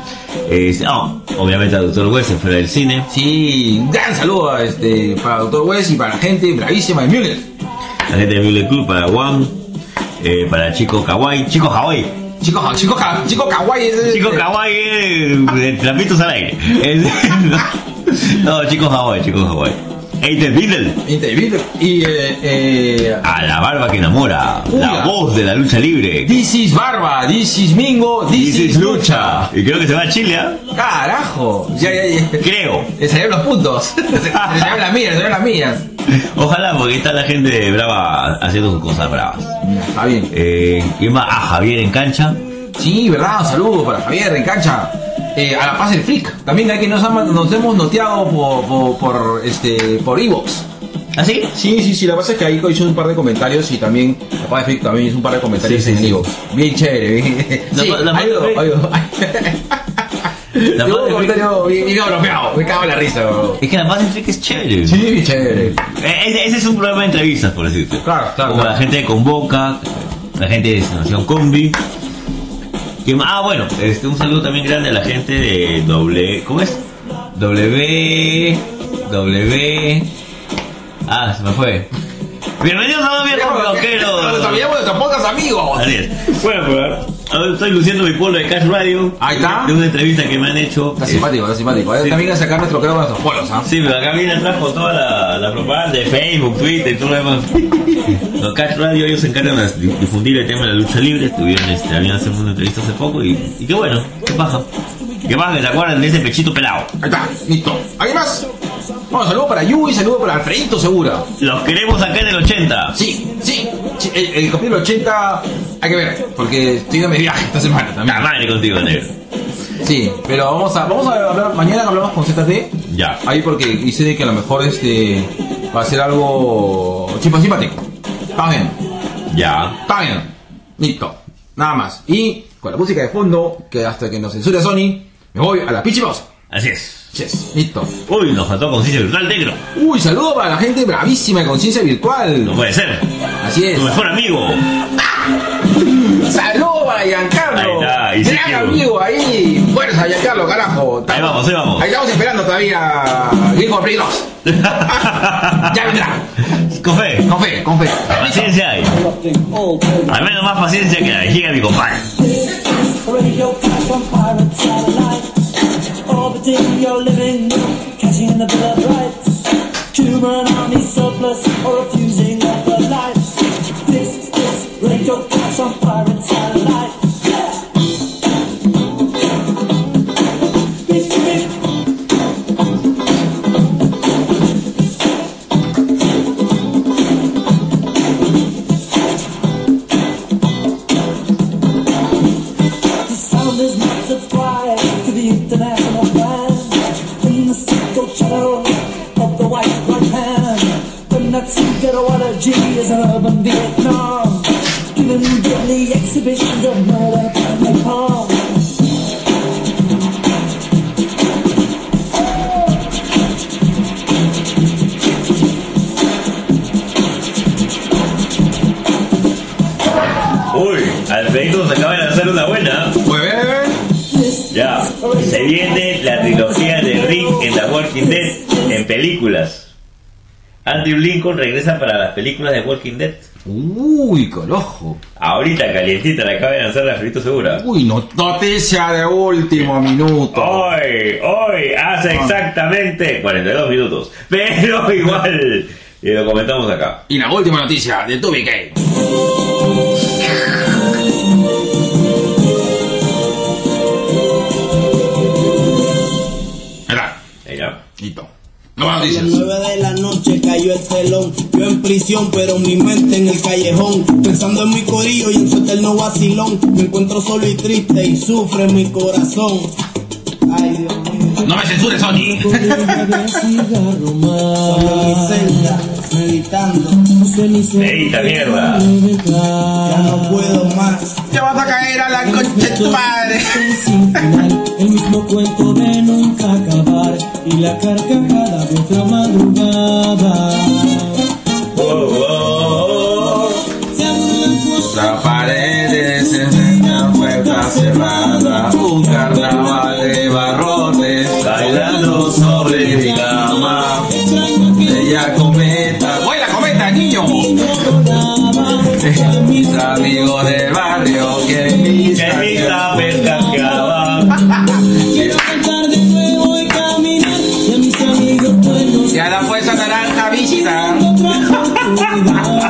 Speaker 2: Eh, ah, obviamente al doctor West se fue del cine.
Speaker 1: Sí, un gran saludo a este, para Doctor West y para la gente bravísima de Müller.
Speaker 2: La gente de Mule Club para Guam. eh, para Chico Kawaii. Chico Hawaii.
Speaker 1: Chico, ja- chico, ja- chico kawaii. es-
Speaker 2: Chico
Speaker 1: es-
Speaker 2: Kawaii. eh, eh, trapitos al aire. Es- no, no, Chico Hawaii. Chico Hawaii. Hey, the Beatle.
Speaker 1: Intervino. Y eh, eh,
Speaker 2: A la barba que enamora. La
Speaker 1: Uya.
Speaker 2: voz de la lucha libre.
Speaker 1: This is Barba, this is Mingo, this,
Speaker 2: Dices
Speaker 1: is Lucha.
Speaker 2: Y creo que se va a Chile, ¿ah?
Speaker 1: Carajo, ya, ya, ya.
Speaker 2: Creo.
Speaker 1: Le salieron los puntos. Le salieron las mías, le salieron las mías.
Speaker 2: Ojalá, porque está la gente brava haciendo sus cosas bravas.
Speaker 1: Está bien.
Speaker 2: Eh, y más a Javier en cancha.
Speaker 1: Sí, verdad, saludos para Javier en cancha. Eh, a la paz el freak. También hay que nos, han- nos hemos noteado por, por, por, este por Evox.
Speaker 2: ¿Así?
Speaker 1: Sí, sí, sí, la pasa es que ahí hizo un par de comentarios y también la paz del freak también hizo un par de comentarios
Speaker 2: Sí, sí,
Speaker 1: en
Speaker 2: sí.
Speaker 1: Evox. Bien chévere, bien.
Speaker 2: La
Speaker 1: sí,
Speaker 2: pa- la paz
Speaker 1: ayudo,
Speaker 2: del Freak.
Speaker 1: ayudo.
Speaker 2: La
Speaker 1: Tuvo
Speaker 2: paz del
Speaker 1: un comentario bien, bien bloqueado, me cago en la risa. bro.
Speaker 2: Es que la paz del Freak es chévere.
Speaker 1: Sí, bien chévere.
Speaker 2: Eh, Ese, ese es un programa de entrevistas, por decirte.
Speaker 1: Claro, claro,
Speaker 2: Como
Speaker 1: claro.
Speaker 2: la gente de Convoca, la gente de Nación Combi. ¿Quién más? Ah, bueno, este, un saludo también grande a la gente de doble. ¿Cómo es? W. W. Ah, se me fue. Bienvenidos a un viejo
Speaker 1: Nos
Speaker 2: bloquero.
Speaker 1: olvidamos de nuestros pocos amigos.
Speaker 2: Así es. Bueno, pues ahora estoy luciendo mi polo de Cash Radio.
Speaker 1: Ahí está.
Speaker 2: De una entrevista que me han hecho.
Speaker 1: Está simpático, está simpático. Ahora
Speaker 2: Sí.
Speaker 1: También a sacar nuestro crema de nuestros polos, ¿ah?
Speaker 2: Sí, pero acá viene trajo toda la, la propaganda de Facebook, Twitter y todo lo demás. Los Catch Radio ellos se encargan de di- difundir el tema de la lucha libre. Estuvieron, este, habían hecho una entrevista hace poco y, y qué bueno, qué paja. Qué paja que se acuerdan de ese pechito pelado.
Speaker 1: Ahí está, listo. ¿Alguien más? Bueno, saludo para Yu y saludo para Alfredito Segura.
Speaker 2: Los queremos acá en el 80.
Speaker 1: Sí, sí, sí, el, el capítulo 80 hay que ver, porque estoy de mi viaje esta semana
Speaker 2: La
Speaker 1: también.
Speaker 2: madre contigo, negro.
Speaker 1: Sí, pero vamos a, vamos a hablar, mañana hablamos con ZT.
Speaker 2: Ya.
Speaker 1: Ahí porque hice de que a lo mejor este va a ser algo chico simpático. Está bien,
Speaker 2: Ya.
Speaker 1: está bien. Listo, nada más. Y con la música de fondo, que hasta que nos censure Sony, me voy a la pichiposa.
Speaker 2: Así es.
Speaker 1: Yes, listo.
Speaker 2: Uy, nos faltó conciencia virtual, negro.
Speaker 1: Uy, saludo para la gente bravísima de conciencia virtual.
Speaker 2: No puede ser.
Speaker 1: Así es.
Speaker 2: Tu mejor amigo.
Speaker 1: Saludo para Giancarlo.
Speaker 2: Ahí está, y sí,
Speaker 1: Gran
Speaker 2: tío.
Speaker 1: amigo ahí. Fuerza, Giancarlo, carajo.
Speaker 2: Ahí vamos, ahí vamos.
Speaker 1: Ahí estamos esperando todavía. Gringo Free 2. Ya vendrá.
Speaker 2: Con fe.
Speaker 1: Con fe, con fe.
Speaker 2: Paciencia hay. Al menos más paciencia que la vejiga de mi compadre.
Speaker 3: Radio cash on pirate satellite. Orbiting your living room, cashing in the bill of rights. Tumor and army surplus, or refusing of the lights. This is Radio cash on pirate satellite. Yeah. Beep, beep, beep. The sound is not subscribed to the international band in the single shadow of the white right hand. The Nazi ghetto allergy is an urban Vietnam, giving deadly exhibitions of murder and napalm.
Speaker 2: Uy, Alfredito nos acaba de lanzar una buena.
Speaker 1: Muy bien.
Speaker 3: This
Speaker 2: Ya. Se viene la trilogía de Rick en The Walking Dead en películas. Andrew Lincoln regresa para las películas de Walking Dead.
Speaker 1: Uy, colojo.
Speaker 2: Ahorita calientita la acaba de lanzar la Alfredito Segura.
Speaker 1: Uy, no- noticia de último minuto.
Speaker 2: Hoy, hoy, hace exactamente 42 minutos. Pero igual. Y lo comentamos acá.
Speaker 1: Y la última noticia de Tubi Game. Ahí está.
Speaker 2: Ahí ya.
Speaker 1: Listo. Nuevas
Speaker 4: A las
Speaker 1: noticias.
Speaker 4: nueve de la noche cayó el telón. Yo en prisión, pero mi mente en el callejón. Pensando en mi corillo y en su eterno vacilón. Me encuentro solo y triste y sufre mi corazón. Ay, Dios mío.
Speaker 1: No me censures, Sony.
Speaker 4: Con un cigarro más. Solo en mi celda, meditando.
Speaker 2: Medita mierda.
Speaker 4: Ya no puedo más.
Speaker 1: Te vas a caer a la concha de tu madre.
Speaker 3: sin final, el mismo cuento de nunca acabar y
Speaker 4: la carcajada de otra madrugada.
Speaker 2: Oh, oh,
Speaker 4: Se han puesto
Speaker 1: La pared es una puerta cerrada, un carnaval de barrotes, bailando sobre mi cama.
Speaker 4: extraño que
Speaker 1: Ella cometa, ¡vuela cometa, niño!
Speaker 4: no rodaba. Que mis
Speaker 1: Mis amigos del barrio que
Speaker 2: oh.
Speaker 1: mis
Speaker 2: Querida pescacaba.
Speaker 4: Quiero cantar de nuevo y caminar. Y a mis amigos buenos.
Speaker 1: y a la fuerza naranja vista
Speaker 4: otra oportunidad.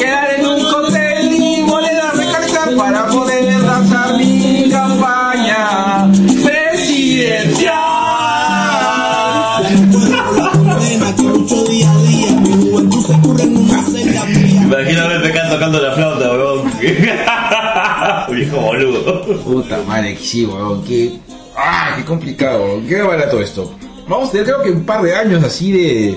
Speaker 1: quedar en un cóctel y moneda recarga para poder lanzar mi campaña presidencial.
Speaker 4: La encuentro la condena que lucho día a día. Mi juventud se curre en una celda fría.
Speaker 2: Imagino a Pepe Can tocando la flauta, weón. Viejo boludo.
Speaker 1: Puta madre, que sí, weón, qué. ¡Ah! Qué complicado, weón. Qué barato esto. Vamos a tener, creo que un par de años así de.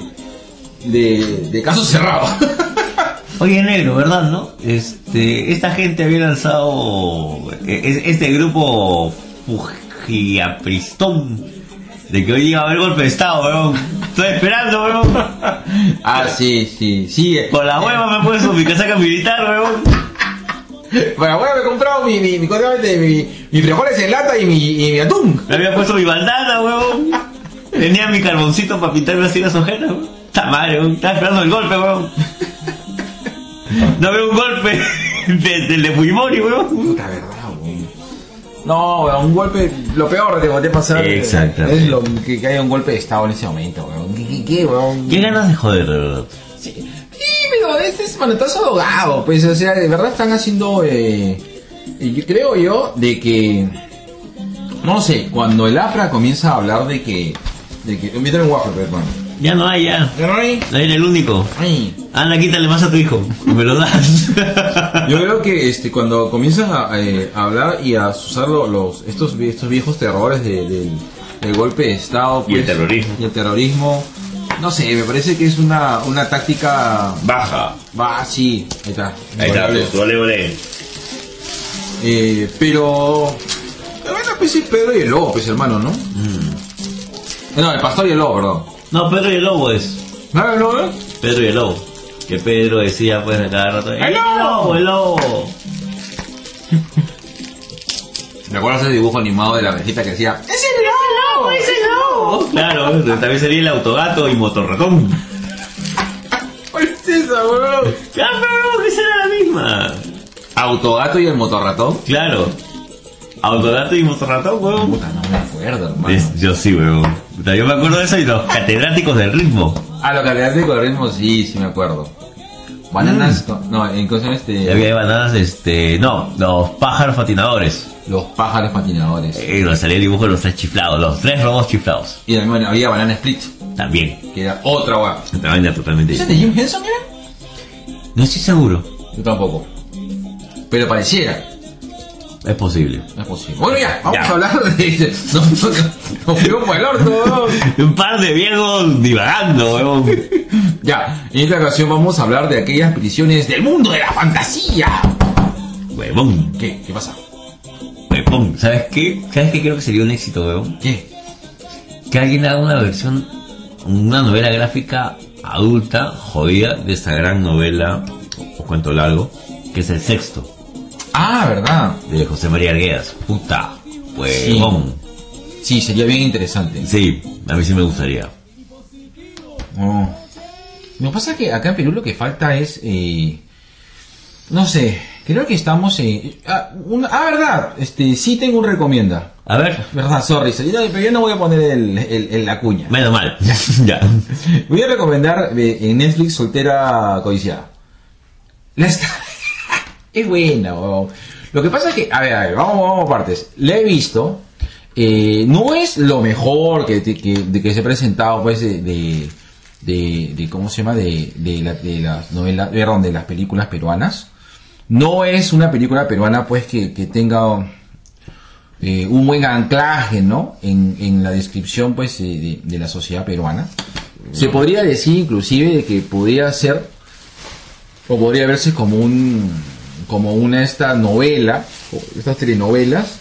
Speaker 1: de, de casos cerrados.
Speaker 2: Oye, negro, ¿verdad, no? Este, esta gente había lanzado e- e- este grupo Fujiapristón de que hoy iba a haber golpe de estado, weón. Estoy esperando, weón.
Speaker 1: ah, sí, sí, sí.
Speaker 2: Con la hueva me puesto mi casaca militar, weón.
Speaker 1: Bueno, bueno, me he comprado mi, mi, mi, ¿cómo se llama este? mi, mi frijoles en lata y mi, y mi atún.
Speaker 2: Me había puesto mi bandana, weón. Tenía mi carboncito para pintarme así las ojeras, weón. Está madre, weón. Estaba esperando el golpe, weón. Dame un golpe de- del de Fujimori, weón.
Speaker 1: Puta verdad, weón. No, weón, un golpe, lo peor de te pasar eh,
Speaker 2: Exactamente.
Speaker 1: es lo, que, que haya un golpe de estado en ese momento, weón. ¿Qué, qué, qué weón?
Speaker 2: Qué ganas de joder, de verdad.
Speaker 1: Sí, sí, pero este es manotazo abogado, pues, o sea, de verdad están haciendo, eh, eh, yo creo yo, de que, no sé, cuando el APRA comienza a hablar de que, de que, invítame un waffle, pues, hermano.
Speaker 2: Ya no hay, ya.
Speaker 1: Ay,
Speaker 2: No era el único.
Speaker 1: ay.
Speaker 2: Anda, quítale más a tu hijo. Me lo das.
Speaker 1: Yo creo que este cuando comienzan a, eh, a hablar y a usar lo- los estos vie- estos viejos terrores de- del, del golpe de estado pues,
Speaker 2: Y el terrorismo.
Speaker 1: y el terrorismo, no sé, me parece que es una, una táctica
Speaker 2: Baja. pues.
Speaker 1: va así, ahí está,
Speaker 2: Ole, ole.
Speaker 1: Eh, pero pero bueno, pues sí, Pedro y el lobo, pues hermano, ¿no? Mm. No, el pastor y el lobo, perdón.
Speaker 2: No, Pedro y el Lobo es.
Speaker 1: ¿No era el lobo? eh?
Speaker 2: Pedro y el Lobo. Que Pedro decía, pues, a cada rato.
Speaker 1: ¡El
Speaker 2: ¡El Lobo! ¡El Lobo!
Speaker 1: ¿Te acuerdas ese dibujo animado de la abejita que decía? ¡Es el lobo! ¡Es el lobo!
Speaker 2: Oh, Claro, pues, también sería el autogato y motorratón.
Speaker 1: ¿Cuál es esa, bro?
Speaker 2: Claro, pero que será la misma.
Speaker 1: Autogato y el motorratón.
Speaker 2: Claro. Autogato y motorratón, weón.
Speaker 1: Puta, no me acuerdo, hermano.
Speaker 2: Es- yo sí, weón. Puta, Yo me acuerdo de eso y los catedráticos del ritmo.
Speaker 1: Ah, lo que hablaste de colorismo, sí, sí me acuerdo. Bananas, con- no, en cuestión
Speaker 2: Y
Speaker 1: este,
Speaker 2: había bananas, este. No, los pájaros patinadores.
Speaker 1: los pájaros patinadores.
Speaker 2: Eh, nos salía el dibujo de los tres chiflados, los tres robots chiflados.
Speaker 1: Y también había banana split,
Speaker 2: También.
Speaker 1: que era otra guapa.
Speaker 2: Otra vaina totalmente.
Speaker 1: ¿Esa es de Jim Henson, era?
Speaker 2: No estoy seguro.
Speaker 1: Yo tampoco. Pero pareciera.
Speaker 2: Es posible.
Speaker 1: No es posible. Bueno, ya, vamos
Speaker 2: Ya.
Speaker 1: a hablar de. No, no, no, nos fuimos por el orto, weón.
Speaker 2: Un par de viejos divagando, weón.
Speaker 1: Ya, en esta ocasión vamos a hablar de aquellas prisiones del mundo de la fantasía.
Speaker 2: Huevón,
Speaker 1: ¿Qué? ¿Qué pasa?
Speaker 2: huevón. ¿Sabes qué? ¿Sabes qué creo que sería un éxito, weón?
Speaker 1: ¿Qué?
Speaker 2: que alguien haga una versión, una novela gráfica adulta, jodida, de esta gran novela, o cuento largo, que es El Sexto,
Speaker 1: Ah, verdad.
Speaker 2: de José María Arguedas. Puta, huevón.
Speaker 1: Sí, sería bien interesante.
Speaker 2: Sí. a mí sí me gustaría.
Speaker 1: No. Lo que pasa es que acá en Perú lo que falta es. eh, no sé, creo que estamos. eh, ah, una- ah, verdad, este, sí tengo un recomienda.
Speaker 2: A ver,
Speaker 1: Verdad, sorry, sorry, no, pero yo no voy a poner el, el- el- la cuña.
Speaker 2: menos mal. ya.
Speaker 1: Voy a recomendar eh, en Netflix Soltera Codiciada. La está... es buena, huevón. Lo que pasa es que, a ver, a ver, vamos, vamos a partes. La he visto. eh, no es lo mejor que, te- que- de que se ha presentado, pues, de, de, de- de- ¿cómo se llama? De, de, la- de las novelas, perdón, de las películas peruanas. No es una película peruana, pues, que, que tenga eh, un buen anclaje, ¿no? En, en la descripción, pues, eh, de, de la sociedad peruana. Se podría decir, inclusive, de que podría ser o podría verse como un como una esta novela o estas telenovelas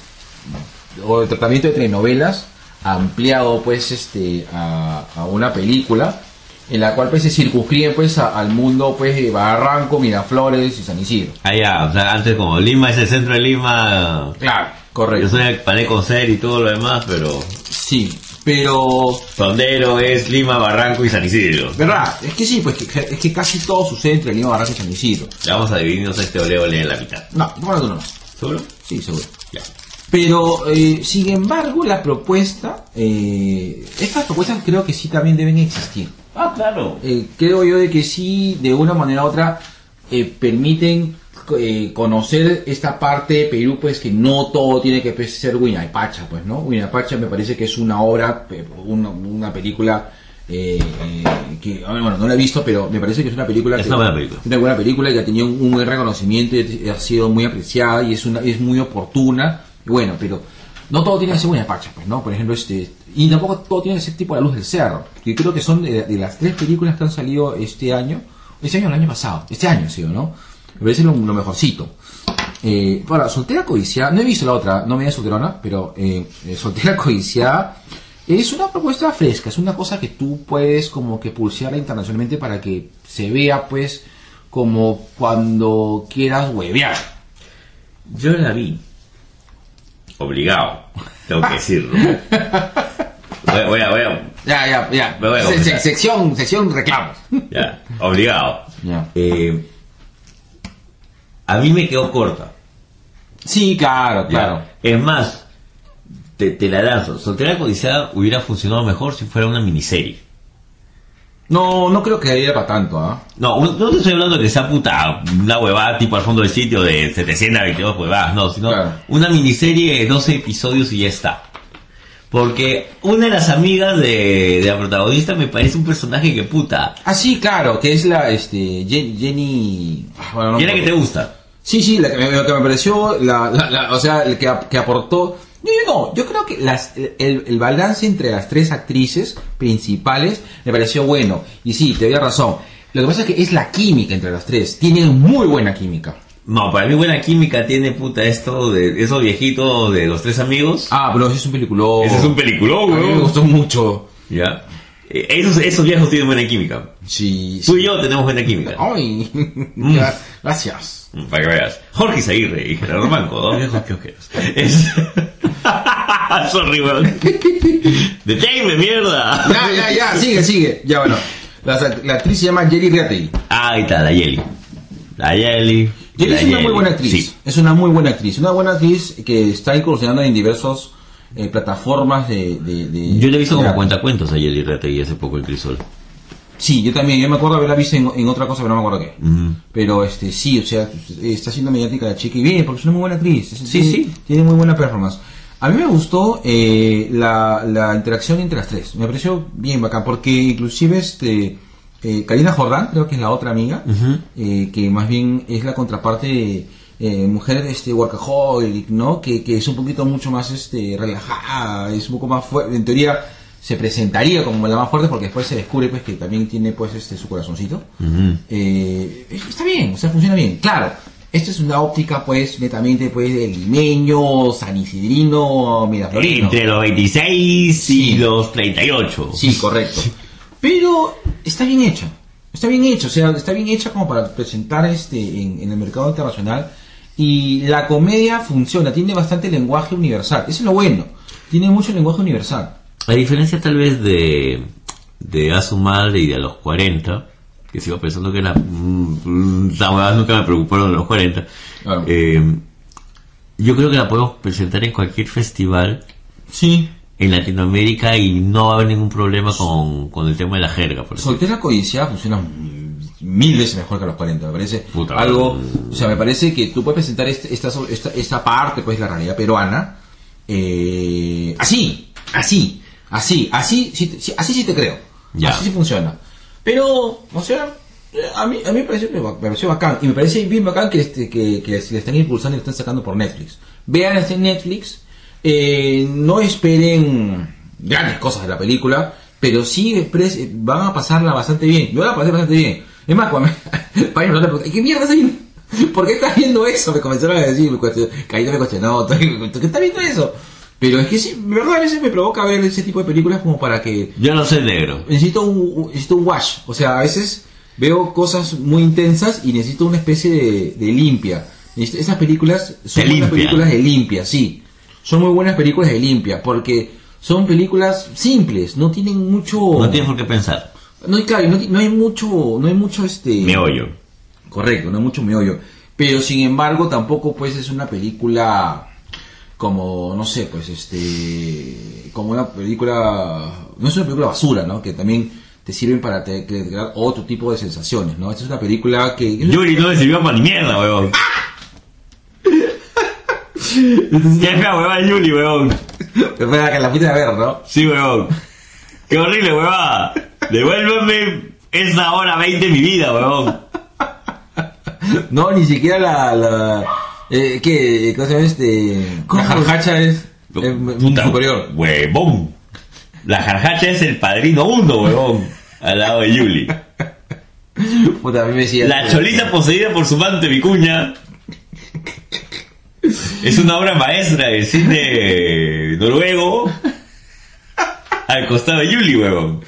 Speaker 1: o el tratamiento de telenovelas ampliado pues este a, a una película en la cual pues se circunscribe pues a- al mundo pues de Barranco, Miraflores y San Isidro.
Speaker 2: Allá, o sea, antes como Lima es el centro de Lima.
Speaker 1: Claro,
Speaker 2: Yo
Speaker 1: correcto.
Speaker 2: soy el Paneco Ser y todo lo demás, pero.
Speaker 1: Sí, pero
Speaker 2: Tondero es Lima, Barranco y San Isidro.
Speaker 1: verdad, es que sí, pues que, es que casi todo sucede entre Lima, Barranco y San Isidro.
Speaker 2: Ya vamos a dividirnos este ole ole en la mitad.
Speaker 1: No, bueno, no, no.
Speaker 2: ¿Seguro?
Speaker 1: Sí, seguro.
Speaker 2: Ya.
Speaker 1: Pero, eh, sin embargo, la propuesta, eh, estas propuestas creo que sí también deben existir.
Speaker 2: Ah, claro.
Speaker 1: Eh, creo yo de que sí, de una manera u otra, eh, permiten eh, conocer esta parte de Perú, pues que no todo tiene que pues, ser Huinapacha, pues, ¿no? Huinapacha me parece que es una obra, eh, una, una película eh, eh, que, a ver, bueno, no la he visto, pero me parece que es una película
Speaker 2: Es
Speaker 1: que-
Speaker 2: una buena película.
Speaker 1: una buena película que ha tenido un buen reconocimiento y ha sido muy apreciada y es una es muy oportuna. Y Bueno, pero no todo tiene que ser buena pacha, pues, ¿no? Por ejemplo, este y tampoco todo tiene que ser tipo La Luz del Cerro, que creo que son de, de las tres películas que han salido este año, este año o el año pasado, este año, sí, ¿no? Me parece lo, lo mejorcito. Eh, ahora, Soltera Codiciada, no he visto la otra, no me da solterona, pero eh, eh, Soltera Codiciada es una propuesta fresca, es una cosa que tú puedes como que pulsear internacionalmente para que se vea pues como cuando quieras huevear.
Speaker 2: Yo la vi. Obligado. Tengo que decirlo. Voy, voy a, voy a.
Speaker 1: Ya, ya, ya.
Speaker 2: Me voy a
Speaker 1: Se-
Speaker 2: confesar.
Speaker 1: se- sección, sección reclamos.
Speaker 2: Ya, obligado.
Speaker 1: Ya.
Speaker 2: Eh, a mí me quedó corta.
Speaker 1: Sí, claro,
Speaker 2: Ya.
Speaker 1: claro.
Speaker 2: Es más, te, te la lanzo. Soltera codiciada hubiera funcionado mejor si fuera una miniserie.
Speaker 1: No, no creo que era para tanto, ¿ah?
Speaker 2: No, un- no te estoy hablando de que sea puta una huevada tipo al fondo del sitio de 722 huevadas, no, sino
Speaker 1: Claro.
Speaker 2: una miniserie de 12 episodios y ya está. Porque una de las amigas de, de la protagonista me parece un personaje que puta.
Speaker 1: Ah, sí, claro, que es la este Jen- Jenny. ah, bueno, no
Speaker 2: Tiene
Speaker 1: me
Speaker 2: que te
Speaker 1: acuerdo.
Speaker 2: gusta.
Speaker 1: Sí, sí, la que me, lo que me pareció, la, la- la- o sea, el que, ap- que aportó. Yo, yo no, yo creo que las, el, el balance entre las tres actrices principales me pareció bueno. Y sí, te doy la razón. Lo que pasa es que es la química entre las tres. Tienen muy buena química.
Speaker 2: No, para mí buena química tiene puta esto de esos viejitos de los tres amigos.
Speaker 1: Ah, pero ese es un peliculón.
Speaker 2: Ese es un peliculón,
Speaker 1: A mí me
Speaker 2: weón.
Speaker 1: gustó mucho.
Speaker 2: Ya. Eh, Esos, esos viejos tienen buena química.
Speaker 1: Sí.
Speaker 2: Tú
Speaker 1: sí.
Speaker 2: y yo tenemos buena química.
Speaker 1: Oh, Ay,
Speaker 2: Mm.
Speaker 1: ya, gracias.
Speaker 2: Mm, Para que veas. Jorge Isaguirre y Gerardo Manco, dos viejos kiosqueros. Es... Sorry, weón. Deténme, mierda.
Speaker 1: Ya, ya, ya, sigue, sigue. Ya, bueno. La, la actriz se llama Jerry Reategui.
Speaker 2: Ah, Ahí está, la Yeli. La Yeli.
Speaker 1: Jenny
Speaker 2: la
Speaker 1: es una muy
Speaker 2: Yeli.
Speaker 1: buena actriz.
Speaker 2: Sí.
Speaker 1: Es una muy buena actriz. Una buena actriz que está incursionando en diversas plataformas de, de- de-
Speaker 2: Yo le he visto como
Speaker 1: de-
Speaker 2: cuentacuentos a Yeli Retegui hace poco en Crisol.
Speaker 1: Sí, yo también. Yo me acuerdo haberla visto en, en otra cosa, pero no me acuerdo qué.
Speaker 2: Mm.
Speaker 1: Pero este sí, o sea, está siendo mediática la chica y bien, porque es una muy buena actriz. Es-
Speaker 2: Sí,
Speaker 1: tiene,
Speaker 2: sí.
Speaker 1: Tiene muy buena performance. A mí me gustó eh, la, la interacción entre las tres. Me pareció bien bacán, porque inclusive este eh, Karina Jordán, creo que es la otra amiga, eh, que más bien es la contraparte de eh, mujer este, workaholic, ¿no? Que, que es un poquito mucho más este relajada, es un poco más fuerte. En teoría se presentaría como la más fuerte porque después se descubre pues que también tiene pues este su corazoncito. Eh, está bien, o sea, funciona bien. Claro, esta es una óptica pues netamente pues de limeño, sanisidrino, miraflorino.
Speaker 2: Entre los 26
Speaker 1: Sí.
Speaker 2: y los 38.
Speaker 1: Sí, correcto. Pero está bien hecha. Está bien hecha, o sea, está bien hecha como para presentar este en, en el mercado internacional. Y la comedia funciona, tiene bastante lenguaje universal. Eso es lo bueno. Tiene mucho lenguaje universal.
Speaker 2: A diferencia tal vez de, de A su madre y de a los 40, que sigo pensando que era... mm, mm, Esa huevada nunca me preocuparon de los 40.
Speaker 1: Claro.
Speaker 2: eh, yo creo que la podemos presentar en cualquier festival
Speaker 1: Sí.
Speaker 2: en Latinoamérica y no va a haber ningún problema con, con el tema de la jerga. Por ejemplo.
Speaker 1: Soltera codiciada funciona mil veces mejor que a los 40, me parece
Speaker 2: Puta.
Speaker 1: algo, o sea, me parece que tú puedes presentar este- esta, esta, esta parte, pues la realidad peruana, eh, así, así, así, así, sí, sí, así sí te creo,
Speaker 2: Ya.
Speaker 1: así sí funciona, pero, o sea, a mí, a mí me, pareció, me pareció bacán, y me parece bien bacán que, este, que, que si le están impulsando y le están sacando por Netflix, vean este Netflix, eh, no esperen grandes cosas de la película, pero sí expres- eh, van a pasarla bastante bien. Yo la pasé bastante bien. Es más, cuando me, para mí me pregunté, ¿qué mierda estás viendo? ¿Por qué estás viendo eso? Me comenzaron a decir, me cuestion- Caíto me cuestionó, ¿tú qué estás viendo eso? Pero es que sí, de verdad a veces me provoca ver ese tipo de películas como para que
Speaker 2: Yo no soy negro.
Speaker 1: necesito un, un- necesito un wash. O sea, a veces veo cosas muy intensas y necesito una especie de, de limpia. Necesito- Esas películas son
Speaker 2: De
Speaker 1: buenas
Speaker 2: limpia.
Speaker 1: películas de limpia, sí. Son muy buenas películas de limpia porque son películas simples, no tienen mucho...
Speaker 2: No tienes por qué pensar.
Speaker 1: No, y claro, no, no hay mucho, no hay mucho este...
Speaker 2: Me oyo.
Speaker 1: Correcto, no hay mucho meollo. Pero sin embargo, tampoco pues es una película como, no sé, pues este, como una película, no es una película basura, ¿no? Que también te sirven para te- crear otro tipo de sensaciones, ¿no? Esta es una película que...
Speaker 2: Yuri no le sirvió para ni mierda, weón. Qué fea, weón, Yuri, weón.
Speaker 1: Espera, que la fuiste a ver, ¿no?
Speaker 2: Sí, weón. Qué horrible, weón. Devuélveme esa hora 20 de mi vida, weón.
Speaker 1: No, ni siquiera la... la eh, ¿Qué? ¿Cómo se llama este? La jarjacha es... es
Speaker 2: Puta,
Speaker 1: superior.
Speaker 2: Huevón. La jarjacha es el padrino uno, weón. Al lado de Yuli.
Speaker 1: Puta, a mí me decía...
Speaker 2: La cholita poseída por su amante, vicuña. Es una obra maestra del cine noruego. Al costado de Yuli, huevón.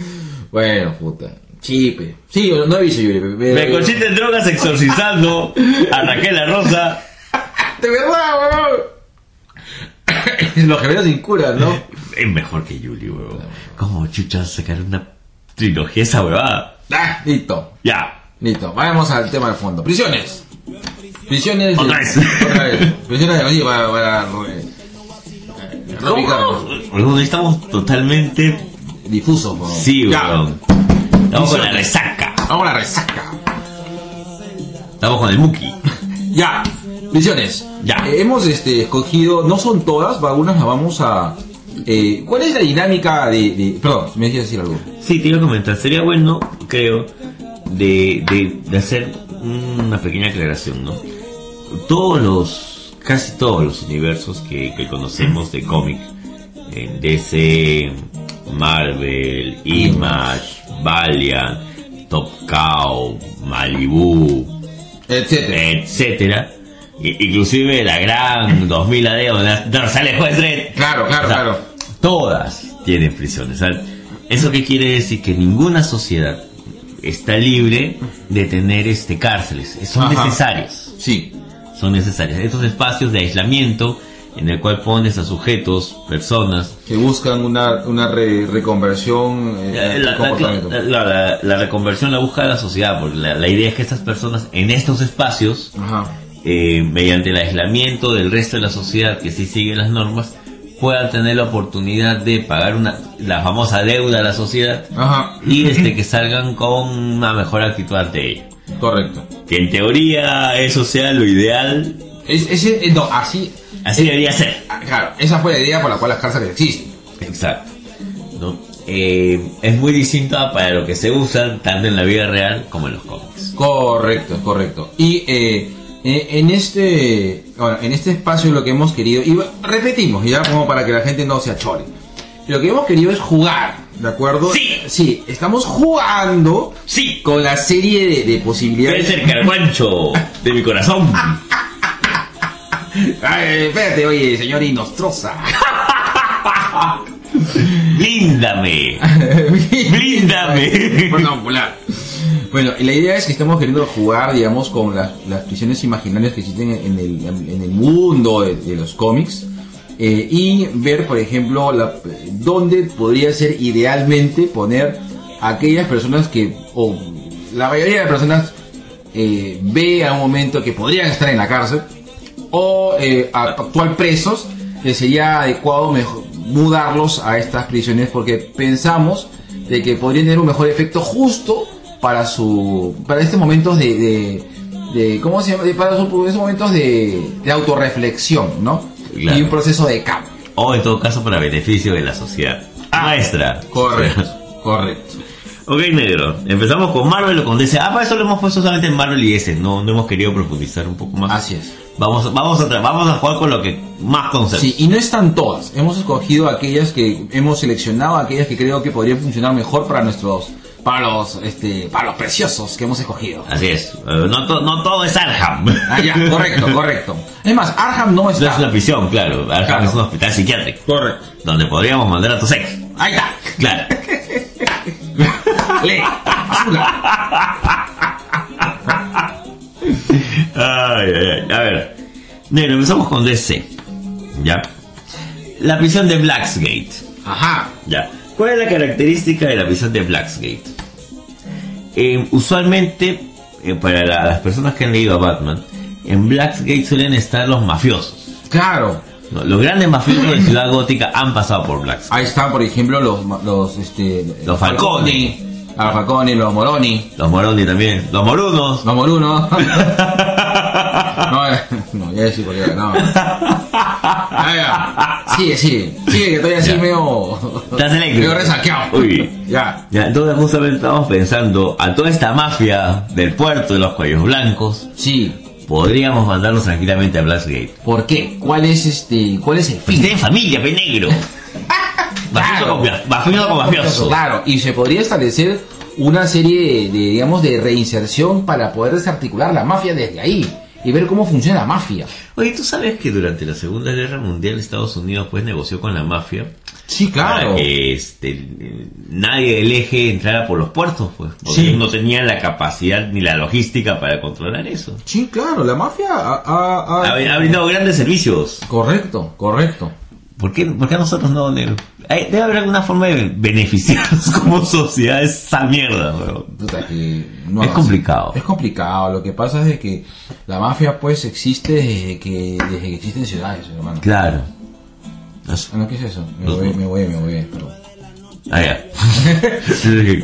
Speaker 1: Bueno, puta. Sí, pe. Sí, no, no he visto Yuri. pe- pe-
Speaker 2: Me consiste en drogas exorcizando a Raquel La Rosa.
Speaker 1: ¡De verdad, weón! Los gemelos sin cura, ¿no?
Speaker 2: Es mejor que Yuli, huevón. ¿Cómo chucha sacar una trilogía esa huevada?
Speaker 1: Ah, listo,
Speaker 2: Ya.
Speaker 1: listo. Vayamos al tema del fondo. Prisiones. Prisiones. de-
Speaker 2: Otra vez.
Speaker 1: Otra vez. Prisiones de oye, para. para re- repicarnos.
Speaker 2: Huevón, Estamos totalmente.
Speaker 1: Difusos, weón.
Speaker 2: Sí,
Speaker 1: Ya.
Speaker 2: huevón. Estamos con la resaca.
Speaker 1: Vamos a la resaca.
Speaker 2: Estamos con el Muki.
Speaker 1: Ya. Prisiones.
Speaker 2: Ya.
Speaker 1: Eh, hemos este, escogido, no son todas, algunas las vamos a. eh, ¿Cuál es la dinámica de, de- Perdón, me decías decir algo.
Speaker 2: Sí, te iba a comentar. Sería bueno, creo, de, de- de hacer una pequeña aclaración, ¿no? Todos los, casi todos los universos que, que conocemos de cómic, eh, DC, Marvel, Image, Valiant, Top Cow, Malibu,
Speaker 1: Etcétera.
Speaker 2: etcétera, i- inclusive la gran 2000 AD donde donde sale el juez Dredd.
Speaker 1: Claro, claro,
Speaker 2: O sea,
Speaker 1: claro.
Speaker 2: Todas tienen prisiones. ¿sabes? ¿Eso qué quiere decir? Que ninguna sociedad está libre de tener este cárceles. Son
Speaker 1: Ajá.
Speaker 2: necesarias.
Speaker 1: Sí.
Speaker 2: Son necesarias. Estos espacios de aislamiento en el cual pones a sujetos, personas,
Speaker 1: que buscan una, una re- reconversión eh,
Speaker 2: La,
Speaker 1: del
Speaker 2: la-
Speaker 1: comportamiento.
Speaker 2: la- la- la- la reconversión la busca la sociedad, porque la, la idea es que estas personas en estos espacios
Speaker 1: Ajá.
Speaker 2: eh, mediante el aislamiento del resto de la sociedad que sí sigue las normas, pueda tener la oportunidad de pagar una, la famosa deuda a la sociedad
Speaker 1: Ajá.
Speaker 2: y este, que salgan con una mejor actitud ante ella.
Speaker 1: Correcto.
Speaker 2: Que en teoría eso sea lo ideal,
Speaker 1: Es, ese, eh, no, así.
Speaker 2: así debería ser.
Speaker 1: ah, Claro, esa fue la idea por la cual las cárceles existen.
Speaker 2: Exacto. ¿no? Eh, es muy distinta para lo que se usan tanto en la vida real como en los cómics.
Speaker 1: Correcto, correcto. Y eh, eh, en este ahora, en este espacio lo que hemos querido, y repetimos, ya como para que la gente no se achore. Lo que hemos querido es jugar, ¿de acuerdo?
Speaker 2: Sí.
Speaker 1: Sí, estamos jugando
Speaker 2: Sí,
Speaker 1: con la serie de, de
Speaker 2: eres
Speaker 1: posibilidades.
Speaker 2: el carguancho de mi corazón.
Speaker 1: Ay, espérate, oye, señor Inostrosa.
Speaker 2: Líndame. Bríndame.
Speaker 1: Monocular. Bueno, y la idea es que estamos queriendo jugar, digamos, con las, las prisiones imaginarias que existen en el, en el mundo de, de los cómics eh, y ver, por ejemplo, la, dónde podría ser idealmente poner aquellas personas que, o la mayoría de personas eh, ve a un momento que podrían estar en la cárcel o eh, a- actual presos que sería adecuado mejo- mudarlos a estas prisiones porque pensamos de que podrían tener un mejor efecto justo para su para estos momentos de, de- de- cómo se llama De- para su- esos momentos de, de autorreflexión no
Speaker 2: Claro.
Speaker 1: y un proceso de cambio
Speaker 2: O en todo caso para beneficio de la sociedad. Maestra.
Speaker 1: correcto
Speaker 2: ok, negro. Empezamos con Marvel o con DC. Ah, para eso lo hemos puesto solamente en Marvel y DC. No, no hemos querido profundizar un poco más.
Speaker 1: así es
Speaker 2: Vamos, vamos, a, tra- vamos a jugar con lo que más conceptos.
Speaker 1: Sí, y no están todas. Hemos escogido aquellas que hemos seleccionado, aquellas que creo que podrían funcionar mejor para nuestros para los, este, para los preciosos que hemos escogido.
Speaker 2: Así es. Eh, No, to- no todo es Arham.
Speaker 1: Ah, ya, correcto, correcto. Es más, Arham no
Speaker 2: No es
Speaker 1: está.
Speaker 2: una prisión, claro. Arham
Speaker 1: Claro.
Speaker 2: es un hospital psiquiátrico.
Speaker 1: Correcto.
Speaker 2: Donde podríamos mandar a tu ex.
Speaker 1: Ahí está.
Speaker 2: Claro.
Speaker 1: Lee. Azula.
Speaker 2: Ay, ay, ay. A ver. Negro, empezamos con DC. Ya. La prisión de Blacksgate.
Speaker 1: Ajá.
Speaker 2: Ya. ¿Cuál es la característica de la prisión de Blacksgate? Eh, usualmente, eh, para la- las personas que han leído a Batman, en Blacksgate suelen estar los mafiosos.
Speaker 1: Claro.
Speaker 2: ¿no? Los grandes mafiosos de Ciudad Gótica han pasado por Blacksgate.
Speaker 1: Ahí están, por ejemplo, los, ma- los, este,
Speaker 2: Los Falcone.
Speaker 1: A los Falcone, los Moroni,
Speaker 2: Los Moroni también. Los Morunos.
Speaker 1: los Moruno. no, eh, no, ya decía cualquiera, no. Ah, ya. Sigue, sigue. Sigue, que estoy así
Speaker 2: Ya.
Speaker 1: medio.
Speaker 2: Estás eléctrico.
Speaker 1: Medio resaqueado.
Speaker 2: Uy.
Speaker 1: Ya.
Speaker 2: Ya, entonces justamente estamos pensando a toda esta mafia del puerto de los cuellos blancos.
Speaker 1: Sí.
Speaker 2: Podríamos mandarlos tranquilamente a Blacksgate.
Speaker 1: ¿Por qué? ¿Cuál es este. ¿Cuál es el
Speaker 2: Pues
Speaker 1: fin?
Speaker 2: tienen familia, pe negro. Mafioso
Speaker 1: Claro.
Speaker 2: con mafioso. Mafioso con mafioso.
Speaker 1: Claro, y se podría establecer una serie de, de, digamos, de reinserción para poder desarticular la mafia desde ahí y ver cómo funciona la mafia.
Speaker 2: Oye, ¿tú sabes que durante la Segunda Guerra Mundial Estados Unidos pues negoció con la mafia?
Speaker 1: Sí,
Speaker 2: Para que este, eh, nadie del eje entrara por los puertos, pues. Porque
Speaker 1: Sí.
Speaker 2: ellos no tenían la capacidad ni la logística para controlar eso.
Speaker 1: Sí, claro, la mafia ha- ha- ha-
Speaker 2: Ha, ha brindado grandes servicios.
Speaker 1: Correcto, correcto.
Speaker 2: ¿Por qué, por qué a nosotros no, negro? Hay- Debe haber alguna forma de beneficiarnos como sociedad de esa mierda, weón.
Speaker 1: Puta, que no
Speaker 2: Es
Speaker 1: hagas-
Speaker 2: complicado.
Speaker 1: Es complicado, lo que pasa es de que la mafia pues existe desde que, desde que existen ciudades, hermano.
Speaker 2: Claro.
Speaker 1: Ah, no, ¿qué es eso? Me voy, me voy, me voy, perdón.
Speaker 2: Ah, ya. Sí.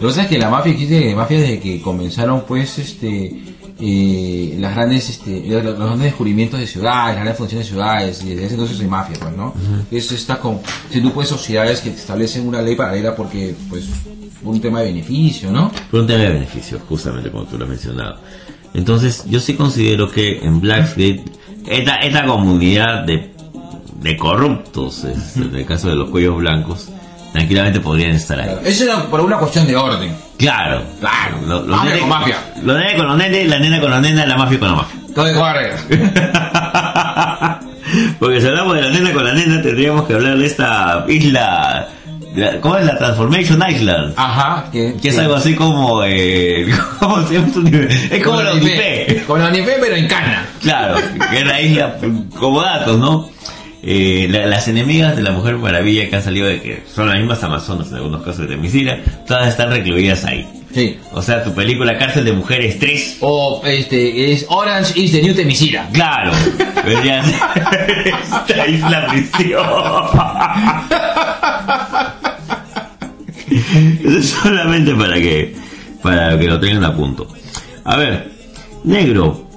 Speaker 1: Lo que pasa es que la mafia existe la mafia desde que comenzaron pues este eh, las grandes este, los los grandes descubrimientos de ciudades, las grandes funciones de ciudades, y desde ese entonces hay mafia, pues, ¿no? Es esta con ese grupo de sociedades que establecen una ley paralela porque, pues, por un tema de beneficio, ¿no?
Speaker 2: Fue un tema de beneficios, justamente como tú lo has mencionado. Entonces, yo sí considero que en Blacksgate, esta, esta comunidad de, de corruptos, es- en el caso de los cuellos blancos, tranquilamente podrían estar ahí.
Speaker 1: Eso era por una cuestión de orden.
Speaker 2: Claro,
Speaker 1: Claro.
Speaker 2: Lo- los
Speaker 1: Mafia
Speaker 2: nenes-
Speaker 1: con mafia.
Speaker 2: Los nenes con los nenes, la nena con la nena, la mafia con la mafia.
Speaker 1: Todo de orden.
Speaker 2: Porque si hablamos de la nena con la nena, tendríamos que hablar de esta isla. la- ¿Cómo es la Transformation Island?
Speaker 1: Ajá, que,
Speaker 2: Que es algo así como. eh, ¿Cómo se llama? tu nivel? Es como la UNIPE.
Speaker 1: Con la Unipé, pero en cana.
Speaker 2: Claro, que es la isla, como datos, ¿no? Eh, la- las enemigas de la Mujer Maravilla que han salido de que son las mismas Amazonas en algunos casos de Temisira, todas están recluidas ahí.
Speaker 1: Sí.
Speaker 2: O sea, tu película Cárcel de Mujeres 3
Speaker 1: O este, es Orange is the New Temisira.
Speaker 2: Claro, vendría a ser esta isla prisión. Eso es solamente para que para que lo tengan a punto. A ver, negro.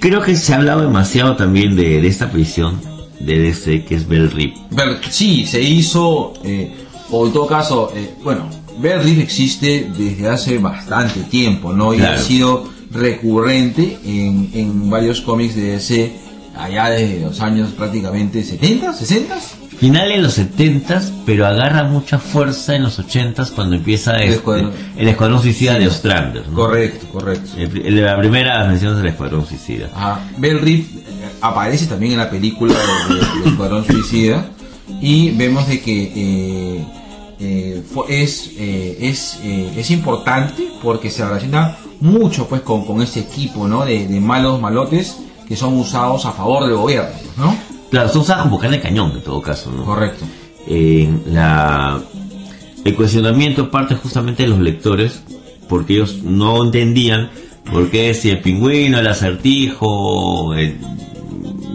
Speaker 2: Creo que se ha hablado demasiado también de, de esta prisión de DC que es Bell Rip.
Speaker 1: Pero sí, se hizo, eh, o en todo caso, eh, bueno, Bear Reef existe desde hace bastante tiempo, ¿no? Y ha
Speaker 2: Claro.
Speaker 1: sido recurrente en, en varios cómics de DC, allá desde los años prácticamente 70, 60.
Speaker 2: Final en los 70s, pero agarra mucha fuerza en los 80s cuando empieza este- el escuadrón,
Speaker 1: escuadrón.
Speaker 2: suicida de Ostrander. ¿no?
Speaker 1: Correcto, correcto.
Speaker 2: El pri- La primera mención del escuadrón suicida.
Speaker 1: Ajá. Bell Reef eh, aparece también en la película de, de- de Escuadrón Suicida y vemos de que eh, eh, fue- es, eh, es, eh, es importante porque se relaciona mucho pues con, con este equipo ¿no? de, de malos malotes que son usados a favor del gobierno, ¿no?
Speaker 2: Claro, son usadas como carne de cañón en todo caso, ¿no?
Speaker 1: Correcto.
Speaker 2: Eh, la, el cuestionamiento parte justamente de los lectores, porque ellos no entendían por qué si el pingüino, el acertijo el-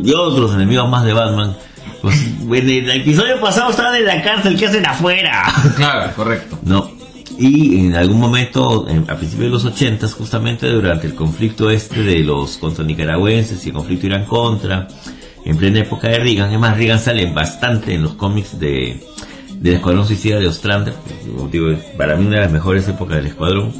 Speaker 2: y otros enemigos más de Batman, pues en el episodio pasado estaban en la cárcel, ¿qué hacen afuera?
Speaker 1: Claro, correcto.
Speaker 2: No. Y en algún momento, en- a principios de los 80, justamente durante el conflicto este de los contra nicaragüenses y el conflicto Irán contra, en plena época de Reagan, es más, Reagan sale bastante en los cómics de del Escuadrón Suicida de Ostrander, como digo, para mí una de las mejores épocas del Escuadrón,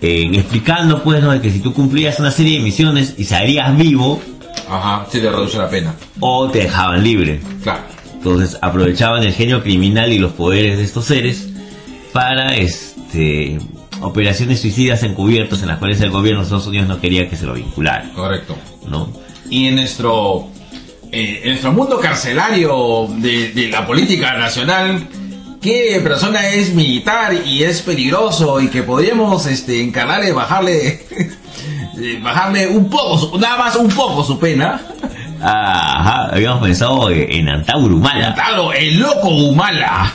Speaker 2: en explicando pues ¿no? de que si tú cumplías una serie de misiones y salías vivo,
Speaker 1: Ajá, se te reduce la pena.
Speaker 2: o te dejaban libre.
Speaker 1: Claro.
Speaker 2: Entonces aprovechaban el genio criminal y los poderes de estos seres para este operaciones suicidas encubiertas en las cuales el gobierno de Estados Unidos no quería que se lo vinculara,
Speaker 1: Correcto.
Speaker 2: ¿no?
Speaker 1: Y en nuestro, eh, en nuestro mundo carcelario de, de la política nacional, ¿qué persona es militar y es peligroso y que podríamos este, encargarle, bajarle, eh, bajarle un poco, su- nada más un poco su pena?
Speaker 2: Ajá, habíamos pensado en Antauro Humala.
Speaker 1: Claro, el loco Humala.